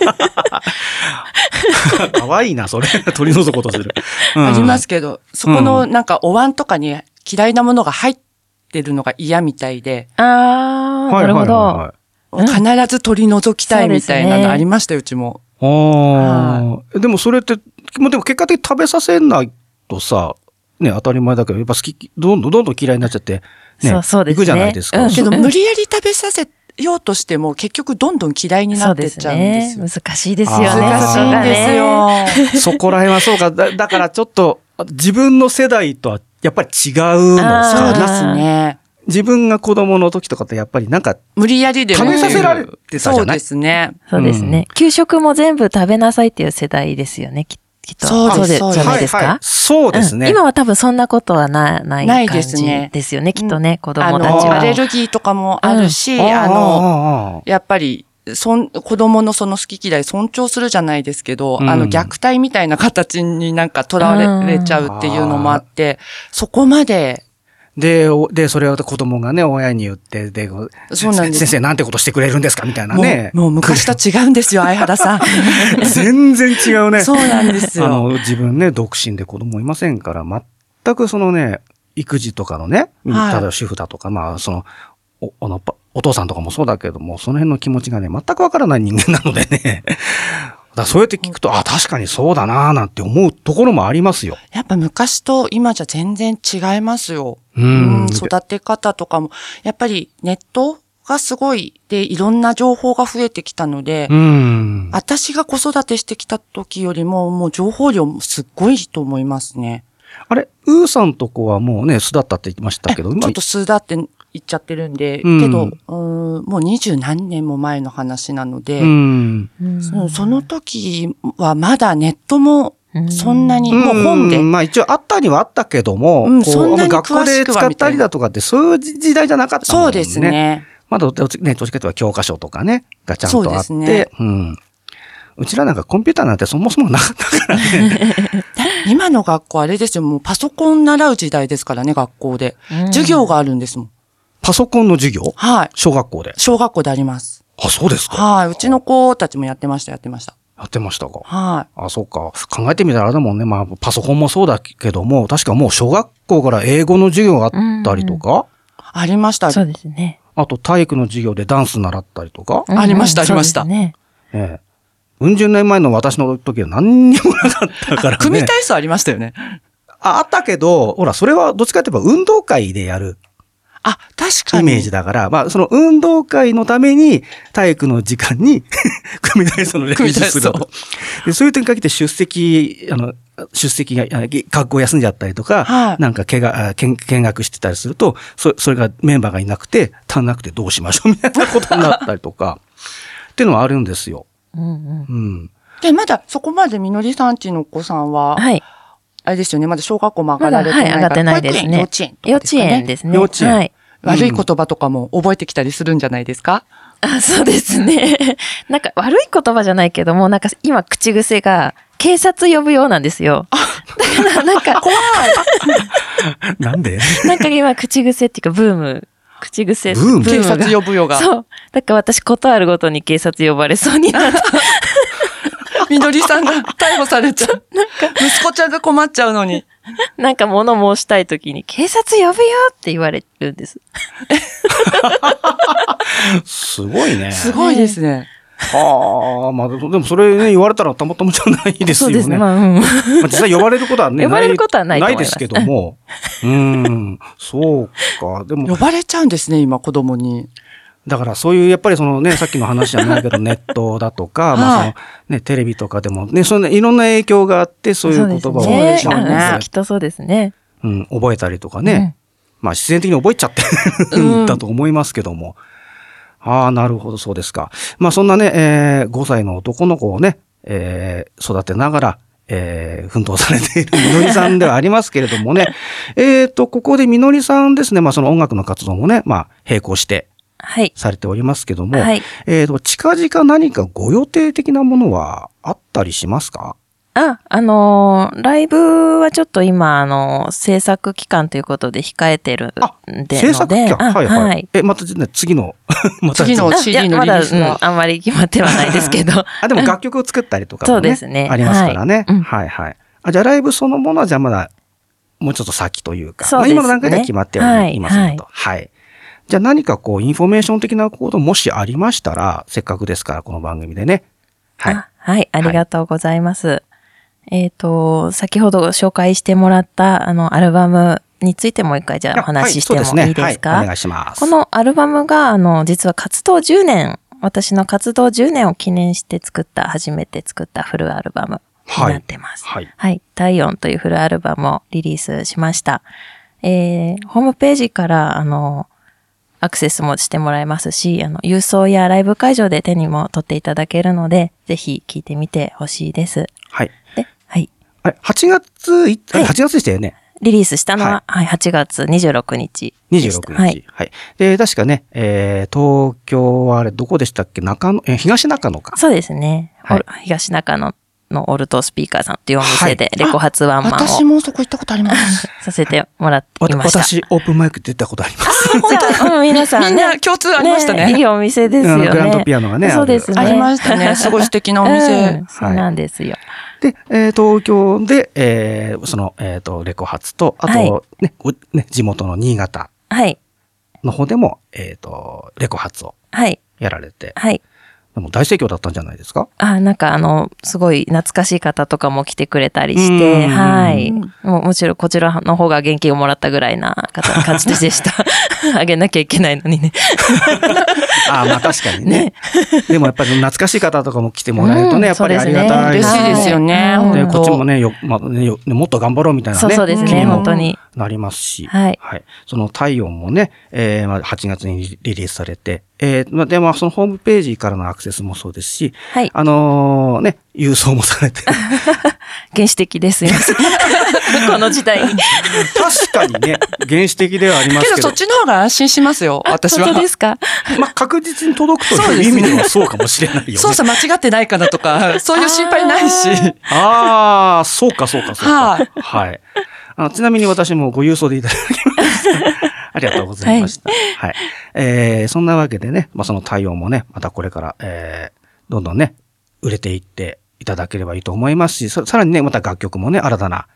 かわいいな、それ。 取り除こうとする。うん
ありますけど、そこのなんかお椀とかに嫌いなものが入ってるのが嫌みたいで、
あー、
はい
な
はいは
るほ
いはい。。
どうん
必ず取り除きたいみたいな
そうです
の
ね
ありましたよ、うちも。
ああ。でもそれって、もうでも結果的に食べさせないとさ、ね、当たり前だけど、やっぱ好き、どんどんどんどん嫌いになっちゃって、ね、
そうそうで
い
すね
くじゃないですか。
うん
けど、無理やり食べさせようとしても、結局どんどん嫌いにな
そ
っ
う
てっ
です
ちゃうんで
ね
す。よ。
難しいですよね。
そう
難しいんですよ。
そこら辺はそうか。だだからちょっと、自分の世代とはやっぱり違うの
あ
そう
か
ー
で
な。
すね。
自分が子供の時とかってやっぱりなんか、
無理やりでも
食べさせられてたじゃない
そうですね。
そうですね。給食も全部食べなさいっていう世代ですよね、きっきっと
そうです
そ
そう
うでじ
で
ゃ
す
ないですか、
はいはいそうですね。
うん今は多分そんなことはなない
な
感
い
じ
ですね
ですよね、きっとね、子
あ
供たち
の、
は。
アレルギーとかもあるし、
あ
あの、
の、
やっぱり、そん、子供のその好き嫌い尊重するじゃないですけど、
うん
あの、虐待みたいな形になんかとらわれ
うん
ちゃうっていうのもあって、そこまで、
で、おで、それを子供がね、親に言って、で、
そうなんです
先生なんてことしてくれるんですかみたいな
もう、
ね。
もう昔と違うん ですよ、相原さん。
全然違うね。
そうなんです
あ
よ。
の、自分ね、独身で子供いませんから、全くそのね、育児とかのね、
はい
ただ主婦だとか、まあ、その、お、あの、パお父さんとかもそうだけども、その辺の気持ちがね、全くわからない人間なのでね。 だからそうやって聞くと、あ、確かにそうだなーなんて思うところもありますよ。
やっぱ昔と今じゃ全然違いますよ。
う
うん
ん。
育て方とかも、やっぱりネットがすごい、で、いろんな情報が増えてきたので、
うん。
私が子育てしてきた時よりも、もう情報量もすっごいと思いますね。
あれ、ウーさんとこはもうね、巣だったって言ってましたけど、
ちょ
今
っと数だって言っちゃってるんで、
うん
けど、うーんもう二十何年も前の話なので、
うん。
うん
そその時はまだネットもそんなに、
うん
もう本で、
まあ一応あったにはあったけども、
うん
こう
そん
あ
なに
の学校で
詳しくは
使ったりだとかってそういう時代じゃなかったもんね。
そうですね。
まだ、ね、どっちかというと教科書とかね、がちゃんとあっ
そ
て、
うですね
うん。うちらなんかコンピューターなんてそもそもなかった からね。
今の学校あれですよ、もうパソコン習う時代ですからね、学校で。
うん
授業があるんですもん。
パソコンの授業
はい。
小学校で。
小学校であります。
あ、そうですか。
はい。うちの子たちもやってました、やってました。
やってましたか。
はい。
あ、そうか。考えてみたらあれだもんね。まあ、パソコンもそうだけども、確かもう小学校から英語の授業があったりとか、
ありました。
そうですね。
あと体育の授業でダンス習ったりとか、
ありました
うんうん
ありました
そうですね
ええ。うん十年前の私の時は何にもなかったからね。
組体操ありましたよね。
ああったけど、ほら、それはどっちかといえば運動会でやる
あ、確か
イ
に。
メージだから、まあ、その運動会のために体育の時間に 組体操の練習する
組体
と。でそういう点に限って出席、あの、出席が、あ学校休んじゃったりとか、
はい
なんかけがあ見見学してたりすると、そそれがメンバーがいなくて、足んなくてどうしましょうみたいなことになったりとか、っていうのはあるんですよ。
うんうん
うん。
で、まだそこまでみのりさんちのお子さんは、
はい。
あれですよね、まだ小学校も上がられてないから、
まだはい上がってないですね
保育園、
幼
幼稚園とかですか
稚
ね。
園ですね。
幼稚園
はい。
悪い言葉とかも覚えてきたりするんじゃないですか、
あ、そうですね。 なんか悪い言葉じゃないけども、なんか今口癖が、警察呼ぶようなんですよ。だからな んか、
なんで
なんか今口癖っていうかブーム、口癖、
ブーム
警
が
察呼ぶよが。
そう。だから私、ことあるごとに警察呼ばれそうに なった。
みのりさんが逮捕されちゃう。息子ちゃんが困っちゃうのに。
なんか物申したい時に、警察呼ぶよって言われるんです。
すごいね。
すごいですね。
はあ、まあ、でもそれね、言われたらたまたまじゃないです
そ
よ
う
ね。
ですね。
まあ、
まあ、うん。
実際呼ばれることはね、
呼ばれることはないと
な
思
い
いま
ですすけども。うん、そうか。で
呼
も、
ばれちゃうんですね、今、子供に。
だからそういう、やっぱりそのね、さっきの話じゃないけど、ネットだと か、まあそ
は
の
い、
ね、テレビとかでもね、そのいろんな影響があって、そういう言葉を
そうで
ね、
す
そうでしょう
ね。
ね
うんきっとそうですね。
うん、覚えたりとかね。まあ、自然的に覚えちゃってる
うん
んだと思いますけども。ああ、なるほど、そうですか。まあ、そんなね、えー5歳の男の子をね、えー育てながら、えー奮闘されているみのりさんではありますけれども ね。えっと、ここでみのりさんですね、まあ、その音楽の活動もね、まあ、並行して
はい。
されておりますけども、
はい。
えっと、近々何かご予定的なものはあったりしますか
あ、あのーライブはちょっと今、あのー制作期間ということで控えてる
あ
んで。
制作期間
のであ
はい
は
はいい。。え、またね次の、 また
次の
あ
CD
いや
の
ま
リリ
だ、
ー
う
スは
ん、あんまり決まってはないですけど。
あ、でも楽曲を作ったりとかも、ね、
そうですね
ありますからね。はいい、
はうん
はい、あ、じゃあライブそのものは、じゃあまだ、もうちょっと先というか、
そうです
ま
ね
あ今の段階では決まってはいませんと。はい、じゃあ何かこう、インフォメーション的なこともしありましたら、せっかくですから、この番組でね。はい。
あはい、ありがとうございます。えっ、と、先ほど紹介してもらった、あの、アルバムについてもう一回じゃあお話ししても
はいそう
いいですか、
はい、お願いします。
このアルバムが、あの、実は活動10年、私の活動10年を記念して作った、初めて作ったフルアルバムになってます。
はい。
はい。第4というフルアルバムをリリースしました。えー、ホームページから、あの、アクセスもしてもらえますし、あの、郵送やライブ会場で手にも取っていただけるので、ぜひ聞いてみてほしいです。
はい。
で、はい。
あれ、8月い、あれ
はい
8月でしたよね。
リリースしたのは、はい、8月26日でした。
26日。
は
はいい。。で、確かね、えー、東京はあれ、どこでしたっけ中野、えー東中野か。
そうですね。
はい
お東中野のオルトスピーカーさんというお店で
は、い
レコ発ワンマン
私
を
もそこ行ったことあり ます。
させてもらって
わ
い
た
ました。
私、オープンマイク出たことあります。
じゃあうん皆さんね。
みんな共通ありましたね
いいお店ですよ
あ
ね。
のグランドピアノがね
そうですね。
ありました ね。すごい素敵なお
う
店
ん。そうなんですよ。
で、えー東京で、えーその、えっ、と、レコ発と、あと、
はい
ね、ごね、地元の新潟
はい。
の方でも、えっ、と、レコ発を
はい。
やられて、
はい。
でも大盛況だったんじゃないです か
あ、なんかあの、すごい懐かしい方とかも来てくれたりし
う
て、
ん
はい。もうもちろんこちらの方が元気をもらったぐらいな方感じで した。あげなきゃいけないのにね。
ああ、まあ確かにね
ね。
でもやっぱり懐かしい方とかも来てもらえるとね、やっぱりありがたい
嬉
そう
し
ね
いですよね。
はい
で
本
こ
当
っちもね、よ、まあね、よねもっと頑張ろうみたいな
そう
ね、
そうです
気
ね、
に
本
も
当に。
なりますし、
はい
その体温もね、えーまあ8月にリリースされて、えーまあで、まあそのホームページからのアクセスもそうですし、
はい。
あのーね、郵送もされて、
原始 的ですよ。この時代に。
確かにね、原始的ではありま
け
す
ど
け
そ
ど
っ、ちの方が安心しますよ、私は
本当。ですか
まあ確実に届くという意味ではそうかもしれないよ ね。
操作間違ってないかなとか、そういう心配ないし。
ああ、そうか、そうか、そう
は
か。はい。あの、ちなみに私もご郵送でいただきました。ありがとうございました。はい。えー、そんなわけでね、まあ、その対応もね、またこれから、えー、どんどんね、売れていっていただければいいと思いますし、ささらにね、また楽曲もね、新たな、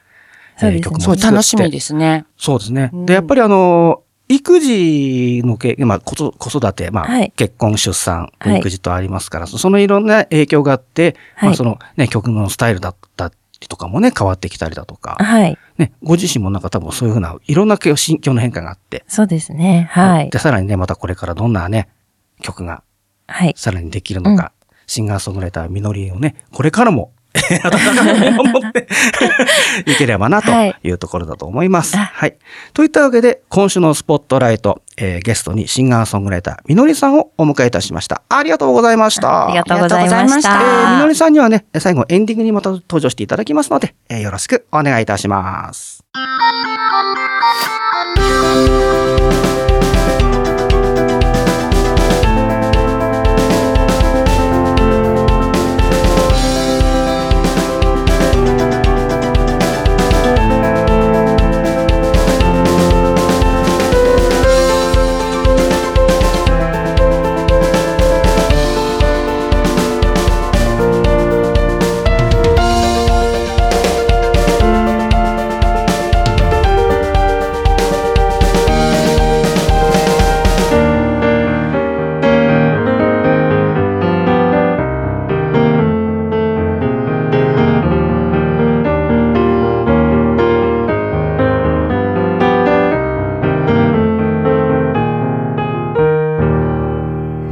え
そう
ー
ですね
曲も
そう、
作って
楽しみですね。
そうですね。
うん
で、やっぱりあの、育児の経験、まあ、子育子育て、まあ、
はい
結婚、出産、
はい
育児とありますから、そそのいろんな影響があって、ま
は
あ、
い
そのね、曲のスタイルだったりとかもね、変わってきたりだとか、
はい。
ね、ご自身もなんか多分そういうふうな、いろんなけ心境の変化があって、
そうですね。はい
で、。さらにね、またこれからどんなね、曲が
はい。
さらにできるのか、シンガーソングライターみのりをね、これからも、 温かく見守 っていければなと
はい
いうところだと思います。
あ
はい。といったわけで、今週のスポットライト、えーゲストにシンガーソングライターみのりさんをお迎えいたしました。ありがとうございました。
ありがとうございま
あり
し
がとうございました
えーみ
た
の。りさんにはね、最後エンディングにまた登場していただきますので、えーよろしくお願いいたします。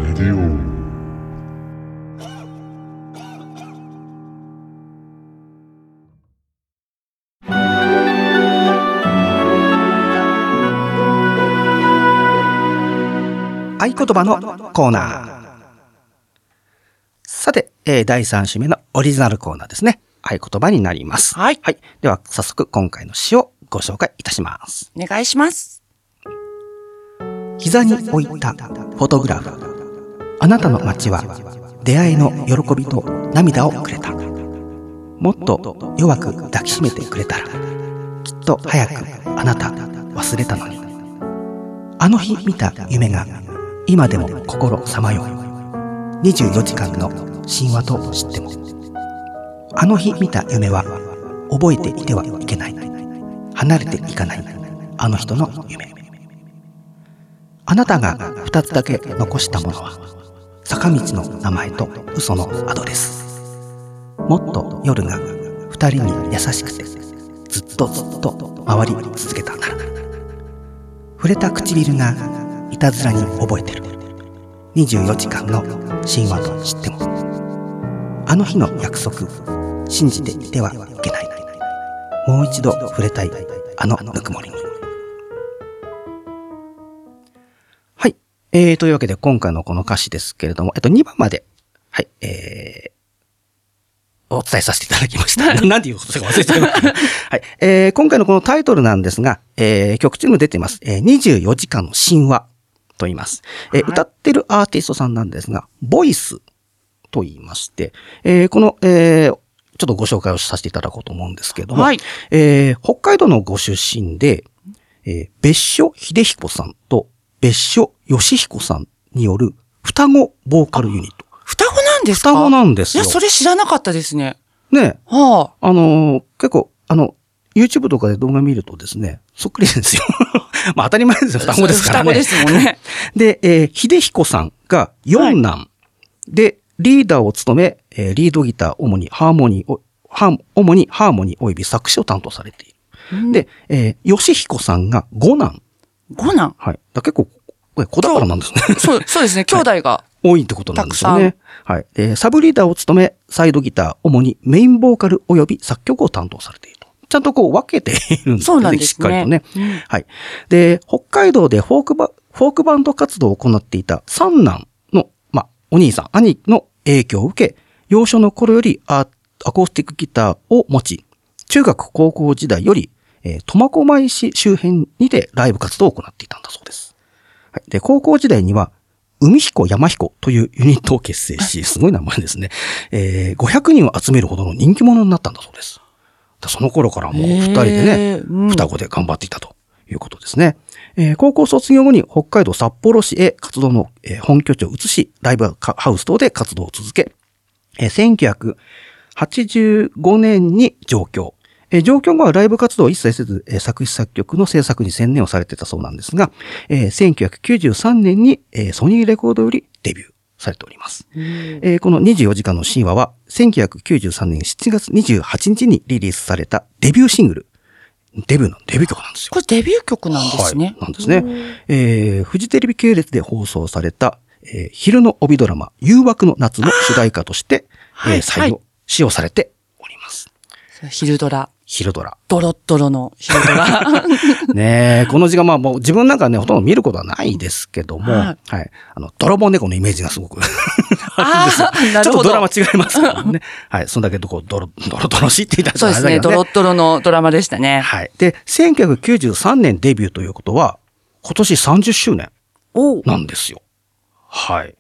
Radio.
合言葉のコーナー。さて、えー第3週目のオリジナルコーナーですね。合言葉になります。
はい
はい。では、早速今回の詩をご紹介いたします。
お願いします。
膝に置いたフォトグラフ。あなたの街は出会いの喜びと涙をくれた。もっと弱く抱きしめてくれたら、きっと早くあなた忘れたのに。あの日見た夢が今でも心さまよう。24時間の神話と知っても。あの日見た夢は覚えていてはいけない。離れていかない。あの人の夢。あなたが2つだけ残したものは坂道の名前と嘘のアドレスもっと夜が2人に優しくてずっとずっと回り続けたなら触れた唇がいたずらに覚えてる24時間の神話と知ってもあの日の約束信じていてはいけないもう一度触れたいあのぬくもりにはい。えー、というわけで今回のこの歌詞ですけれども、えっと、2番まで、はい、えー、お伝えさせていただきました。なんていうことか忘れちゃいましたね。はい。えー今回のこのタイトルなんですが、えー曲中にも出ています。えー24時間の神話と言います。えー歌ってるアーティストさんなんですが、ボイスと言いまして、えーこの、えーちょっとご紹介をさせていただこうと思うんですけども、
はい
えー北海道のご出身で、えー別所秀彦さんと別所義彦さんによる双子ボーカルユニット。
双子なんですか
双子なんですよ
いや、それ知らなかったですね。
ねえ
は
あのー結構、あの、YouTube とかで動画見るとですね、そっくりですよ。 まあ当たり前ですよ、
あ。
双子ですから
双子
ね
で。すもんね。
で、えー秀彦さんが四男、で、リーダーを務め、えーリードギター、主にハーモニーを、ハー主にハーモニー及び作詞を担当されている。 で、えー、吉彦さんが五男。
五男。
はい。だ結構、これ子宝なんですね。
そう、そうですね。兄弟が。
多いってことなんですよね。はい。えーサブリーダーを務め、サイドギター、主にメインボーカル及び作曲を担当されていると。ちゃんとこう分けているんですね。
そうなんですね
しっかりとね。はい。で、北海道でフォークバ、フォークバンド活動を行っていた三男の、まあ、お兄さん、兄の影響を受け、幼少の頃よりアアコースティックギターを持ち、中学高校時代より、えー、苫小牧市周辺にてライブ活動を行っていたんだそうです。はいで、高校時代には、海彦山彦というユニットを結成 し、すごい名前ですね。えー500人を集めるほどの人気者になったんだそうです。だその頃からもう二人で
へ
ね
ー、うん
双子で頑張っていたということですね。えー高校卒業後に北海道札幌市へ活動の、えー本拠地を移し、ライブハウス等で活動を続け、えー1985年に上京。えー上京後はライブ活動を一切せず、えー作詞作曲の制作に専念をされてたそうなんですが、えー1993年に、えーソニーレコードよりデビューされております。えーこの24時間の神話は、1993年7月28日にリリースされたデビューシングル。デビューの、デビュー曲なんですよ。
これデビュー曲なんですね。
はい、なんですね。えーフジテレビ系列で放送された、えー昼の帯ドラマ、誘惑の夏の主題歌として、
はい
えー採用、
はい
使用されております。
昼ドラ。
昼ドラ。
ドロッドロの昼 ドラ。
ねえ、この字がまあもう自分なんかね、ほとんど見ることはないですけども、は。
はい
あの、泥棒猫のイメージがすごく
ああ、な
ち
る
ょっと
ほど。
ドラマ違いますからね。はい。そんだけど、こう、ドロ、ドロドロしいって言ったら
そうですね。
あれだけど
ドロッドロのドラマでしたね。
はい。で、1993年デビューということは、今年30周年。
おう
なんですよ。はい。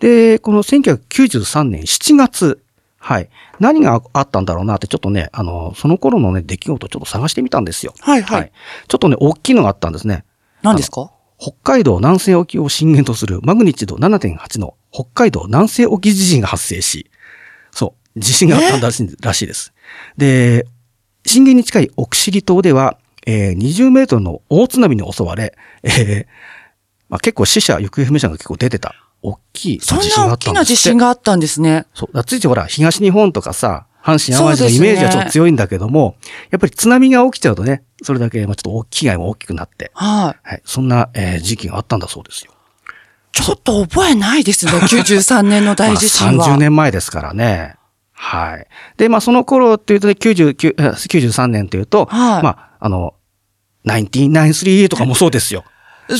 で、この1993年7月、はい。何があったんだろうなって、ちょっとね、あの、その頃のね、出来事をちょっと探してみたんですよ。
はいはい
ちょっとね、大きいのがあったんですね。
何ですか
北海道南西沖を震源とするマグニチュード7.8の北海道南西沖地震が発生し、そう、地震があったらしいらしいです。で、震源に近い奥尻島では、えー20メートルの大津波に襲われ、えーまあ、結構死者、行方不明者が結構出てた、大きい地
そん
震があ
な大
った
き
んです
な
って
地震があったんですね。
そう。だからついてほら、東日本とかさ、阪神・淡路
そう
の
です
イ
ね
メージはちょっと強いんだけども、やっぱり津波が起きちゃうとね、それだけ、まあちょっと大きい被害も大きくなって、
はい。
はい。そんな、えー時期があったんだそうですよ。
ちょっと覚えな いですね。93年の大地震
まあ
は。
30年前ですからね。はい。で、まあその頃っていうとね、99えー93年というと、
はい
まあ、あの、1993とかもそうです よ。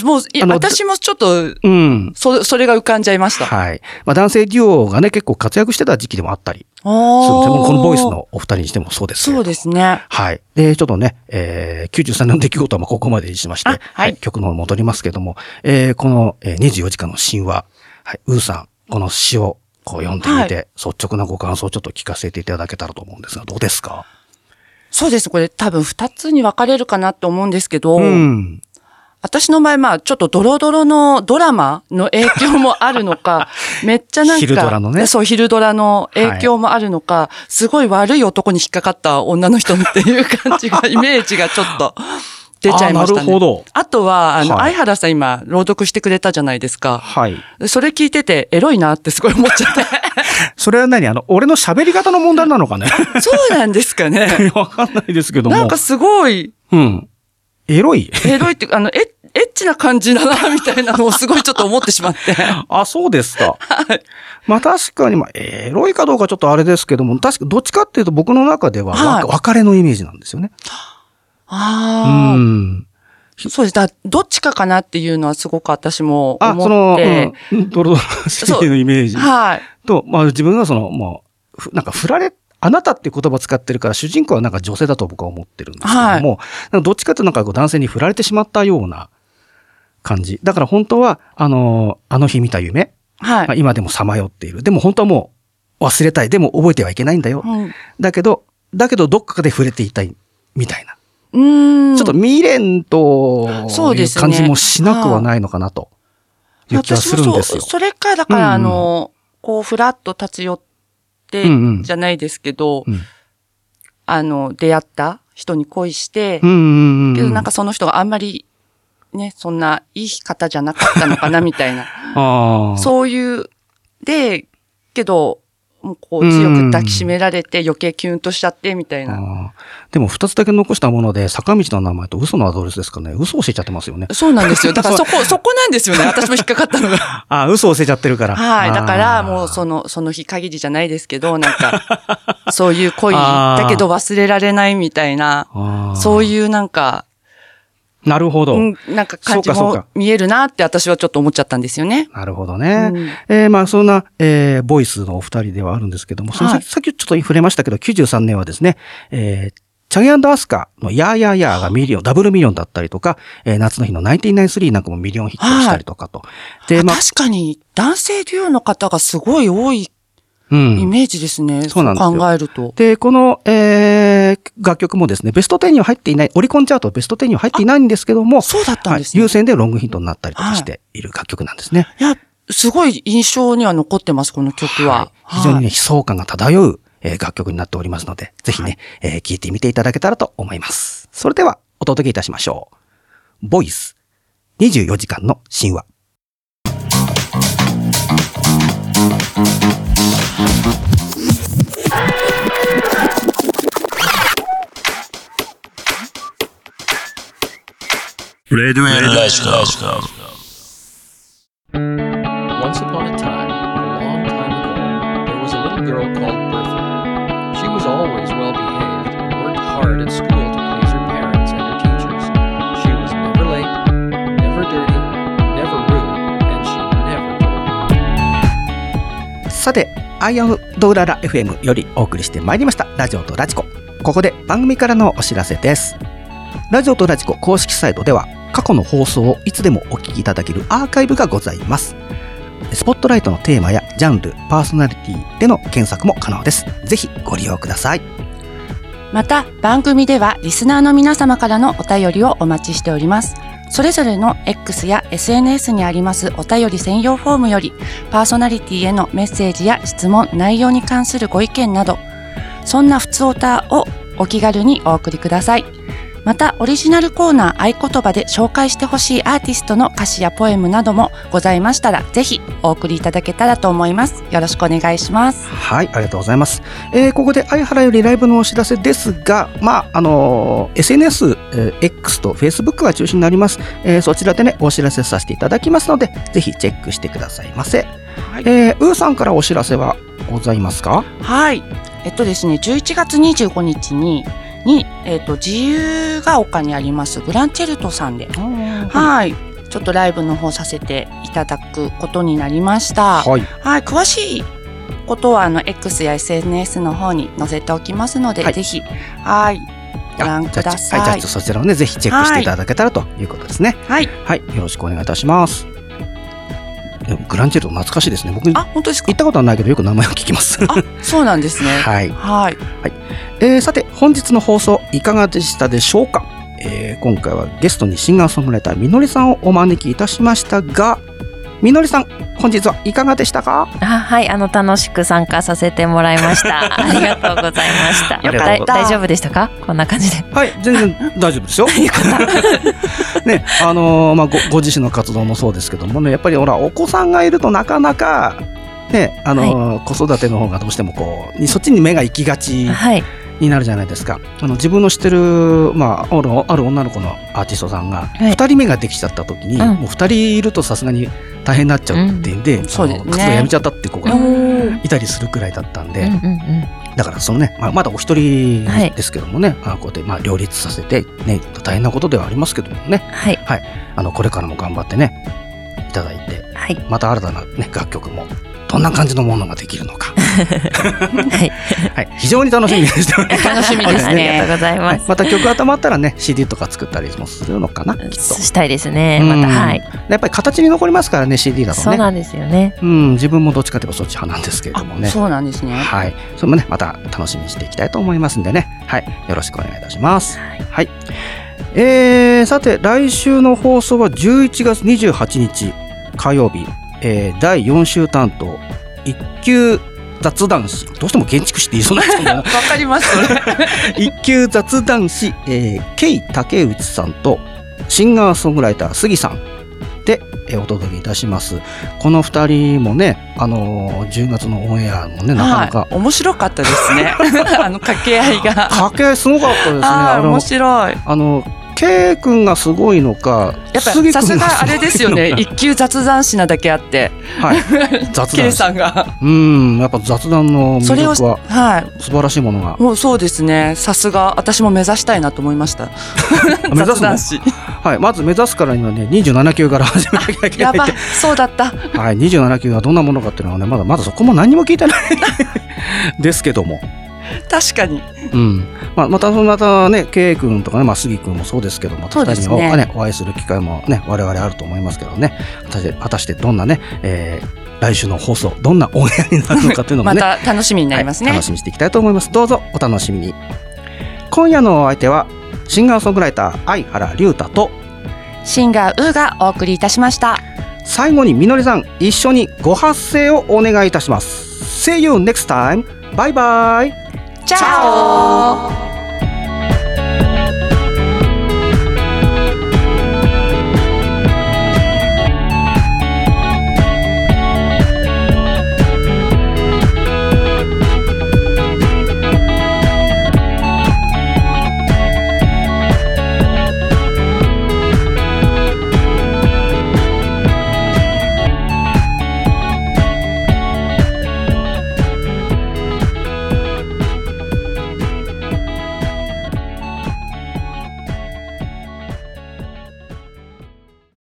もう、い
あの
私もちょっと、
うん。
そ、それが浮かんじゃいました。
はい。まあ男性デュオがね、結構活躍してた時期でもあったりするんですよ
おー
このボイスのお二人にしてもそうですけれど
そうですね。
はい。で、ちょっとね、えー、93年の出来事はまあここまでにしまして、
あはい
曲の方に戻りますけども、えー、この、えー、24時間の神話、はい、ウーさん、この詩をこう読んでみて、
は
率直なご感想をちょっと聞かせていただけたらと思うんですが、どうですか
そうです。これ多分二つに分かれるかなと思うんですけど、
うん。
私の場合、まあ、ちょっとドロドロのドラマの影響もある のか、めっちゃなんか、
昼ドラのね
そう、昼ドラの影響もあるのか、すごい悪い男に引っかかった女の人っていう感じが、イメージがちょっと出ちゃいましたね。
あなるほど
あとは、あの、
はい
相原さん今、朗読してくれたじゃないですか。
はい。
それ聞いてて、エロいなってすごい思っちゃって。
それは何あの、俺の喋り方の問題なのかね
そうなんですかね。
わかんないですけども。
なんかすごい、
うん。エロい
エロいっていうか、あの、エエッチな感じだな、みたいなのをすごいちょっと思ってしまって。
あ、そうですか。まあ確かに、まあ、エロいかどうかちょっとあれですけども、確か、どっちかっていうと僕の中では、
はい
わ別れのイメージなんですよね。 う
ああ、
ん。
そうです。だからどっちかかなっていうのはすごく私も
あ、
思
その
っ、て。
うん、ドロドロシティのイメージ
はい。
と、まあ自分がその、もう、ふなんか振られ、あなたっていう言葉使ってるから、主人公はなんか女性だと僕は思ってるんですけども、なんかどっちかというとなんかこう男性に振られてしまったような感じ。だから本当は、あの、あの日見た夢、
は
まあ
い。
今でもさまよっている。でも本当はもう忘れたい。でも覚えてはいけないんだよ。
うん
だけど、だけどどっかで触れていたい、みたいな。
うーん。
ちょっと未練と
そう
い
で
う
すね
感じもしなくはないのかなという気はするんです
私も
よ
そう。それか、だから、あ
うんうん
の、こう、ふらっと立ち寄って
うんう、ん
じゃないですけど
うん、
あの、出会った人に恋して
う、んうんうん。
けどなんかその人があんまり、ね、そんないい方じゃなかったのかな、みたいな。
ああ、
そういう、で、けど、もうこう、強く抱きしめられて、余計キュンとしちゃって、みたいな。
あーでも二つだけ残したもので、坂道の名前と嘘のアドレスですかね。嘘を教えちゃってますよね。
そうなんですよ。だからそこ、そこなんですよ ね。私も引っかかったのが。
ああ、嘘を教えちゃってるから。
はい。だから、もうそ
の。
の、その日限りじゃないですけど、なんか、 そういう恋
あー
だけど忘れられないみたいな、
あー
そういうなんか、
なるほど。
うん、なんか感じ
そうかそう
も
か
見えるなって私はちょっと思っちゃったんですよね。
なるほどね。
うん
えーまあそんな、えーボイスのお二人ではあるんですけども、その
はい
先、さっきちょっと触れましたけど、93年はですね、えーチャギアンドアスカのヤーヤーヤーがミリオン、ダブルミリオンだったりとか、えー夏の日のナインティナインスリーなんかもミリオンヒットしたりとかと。で、まあ、
確かに男性デュオの方がすごい多いうイ
ん。
メージですね。
そうなんですよ
考えると。
で、この、えー楽曲もですね、ベスト10には入っていない、オリコンチャートベスト10には入っていないんですけども、
そうだったんです
はい
ね。
優
い、
先でロングヒットになったりとかしている楽曲なんですね。
や、すごい印象には残ってます、この曲は。
非常にね、
はい
悲壮感が漂う、えー楽曲になっておりますので、ぜひね、えー聴いてみていただけたらと思います。それでは、お届けいたしましょう。ボイス24時間の神話。
Red Lashlowski.
Once upon a time, a long time ago, there was a little girl called Bertha. She was always well behaved and worked hard at school to please her parents and her teachers. She was never late, never dirty, never rude, and she never told.
さて、アイアムドウララ FM よりお送りしてまいりました、ラジオとラジコ。ここで番組からのお知らせです。ラジオとラジコ公式サイトでは、過去の放送をいつでもお聞きいただけるアーカイブがございます。スポットライトのテーマやジャンル、パーソナリティでの検索も可能です。ぜひご利用ください。
また番組ではリスナーの皆様からのお便りをお待ちしておりますそれぞれの X や SNS にありますお便り専用フォームよりパーソナリティへのメッセージや質問内容に関するご意見などそんなふつおたをお気軽にお送りくださいまたオリジナルコーナー合言葉で紹介してほしいアーティストの歌詞やポエムなどもございましたらぜひお送りいただけたらと思いますよろしくお願いします
はい、ありがとうございます。えーここで相原よりライブのお知らせですが、まあ、あのー SNS、えー X と Facebook が中心になります。えーそちらでね、お知らせさせていただきますので、ぜひチェックしてくださいませ。えー、うーさんからお知らせはございますか
はい。えっとですね、11月25日に、に、えっと、自由が丘にありますグランチェルトさんで、
は
はい。ちょっとライブの方させていただくことになりました。
はい。
はい。詳しいことは、あの、X や SNS の方に載せておきますので、
はい
ぜひ、はい。ご覧ください。
あじゃあはい、じゃ
はい
あ。そちらをね、ぜひチェックしていただけたらということですね。はい、よろしくお願いいたします。でもグランチェルト懐かしいですね。僕、行
あ、
っ
本当ですか
たことはないけど、よく名前を聞きます。
あ、そうなんですね。
はい。
はい。
えーさて本日の放送いかがでしたでしょうか、えー今回はゲストにシンガーソングライターみのりさんをお招きいたしましたがみのりさん本日はいかがでしたか
あはい、あの楽しく参加させてもらい ました。ありがとうございました。
よか
だ
っ
い
た
大丈夫でしたか？こんな感じで。
はい全然大丈夫ですよ。 ねあのーまあ、ごご自身の活動もそうですけどもねやっぱりほらお子さんがいるとなかなか。ねあのー子育ての方がどうしてもこうにそっちに目が行きがち
はい、
になるじゃないですかあの自分の知ってる、まあ、あるある女の子のアーティストさんが
い
2人目ができちゃった時に、
うん
もう2人いるとさすがに大変になっちゃうっていうんで、あの
そうですね
活動やめちゃったって子
う
が
ん
いたりするくらいだったんで、
うんうん
だからそのね、まあ、まだお一人
はい
ですけどもね、あこうやってまあ両立させて、ね、大変なことではありますけどもね
はい
あのこれからも頑張ってねいただいて
はい
また新たな、ね、楽曲もどんな感じのものができるのか
はい。
はい、非常に楽しみにしております。
楽しみ
あ
で
り
す
がと
ね。
うござい
は
ま
い
す。
また曲がたまったらね CD とか作ったりもするのかなきっと
したいですね。ま
う
た、
ん
はい。
やっぱり形に残りますからね CD だと
そう
ね
なんですよね。
うん自分もどっちかというとそっち派なんですけれどもね
そうなんですね。
はい、それもねまた楽しみにしていきたいと思いますんでねはいよろしくお願いいたしますはい、えー、さて来週の放送は11月28日火曜日、えー、第4週担当一級雑談師どうしても建築士って言いそうになっちゃうんだ よな
わかります。それ
一級雑談師、えー、ケイ竹内さんとシンガーソングライター杉さんで、えーお届けいたしますこの2人もね、あのー10月のオンエアもねなかなか、
はい。面白かったですね。 あの掛け合い が。
掛け合いすごかったですね
あ
あ
あ
の
面白い。
あの K 君がすごいのか
やっぱ
杉君
さすがあれですよね。
すごいの
一級雑談師なだけあ って、
かはい雑
K
談
さんが
うんやっぱ雑談の
そ
魅
れを
力は
はい。
素晴らしいものが
もうそうですね。さすが私も目指したいなと思いました。
目指
雑
すの
談師。
はいまず目指すからにはね27級から始めなきゃいけ
や
ないっ
ば
て。
そうだった。
はい、27級がどんなものかっていうのはねまだまだそこも何も聞いてない ですけども、
確かに。
うんまあ、またまたね K 君とかね、まあ、杉君もそうですけどまた
そう
2
で
人
す
に
ね
お,、ねお会いする機会もね我々あると思いますけどね果たして果たしてどんなね、えー来週の放送どんなオンエアになるのかっていうのも
ま
ね
た楽しみになりますね。
はい楽しみにしていきたいと思いますどうぞお楽しみに今夜のお相手はシンガーソングライター相原龍太と
シンガーウーがお送りいたしました。
最後にみのりさん一緒にご発声をお願いいたします See you next time! バイバイ
チャオ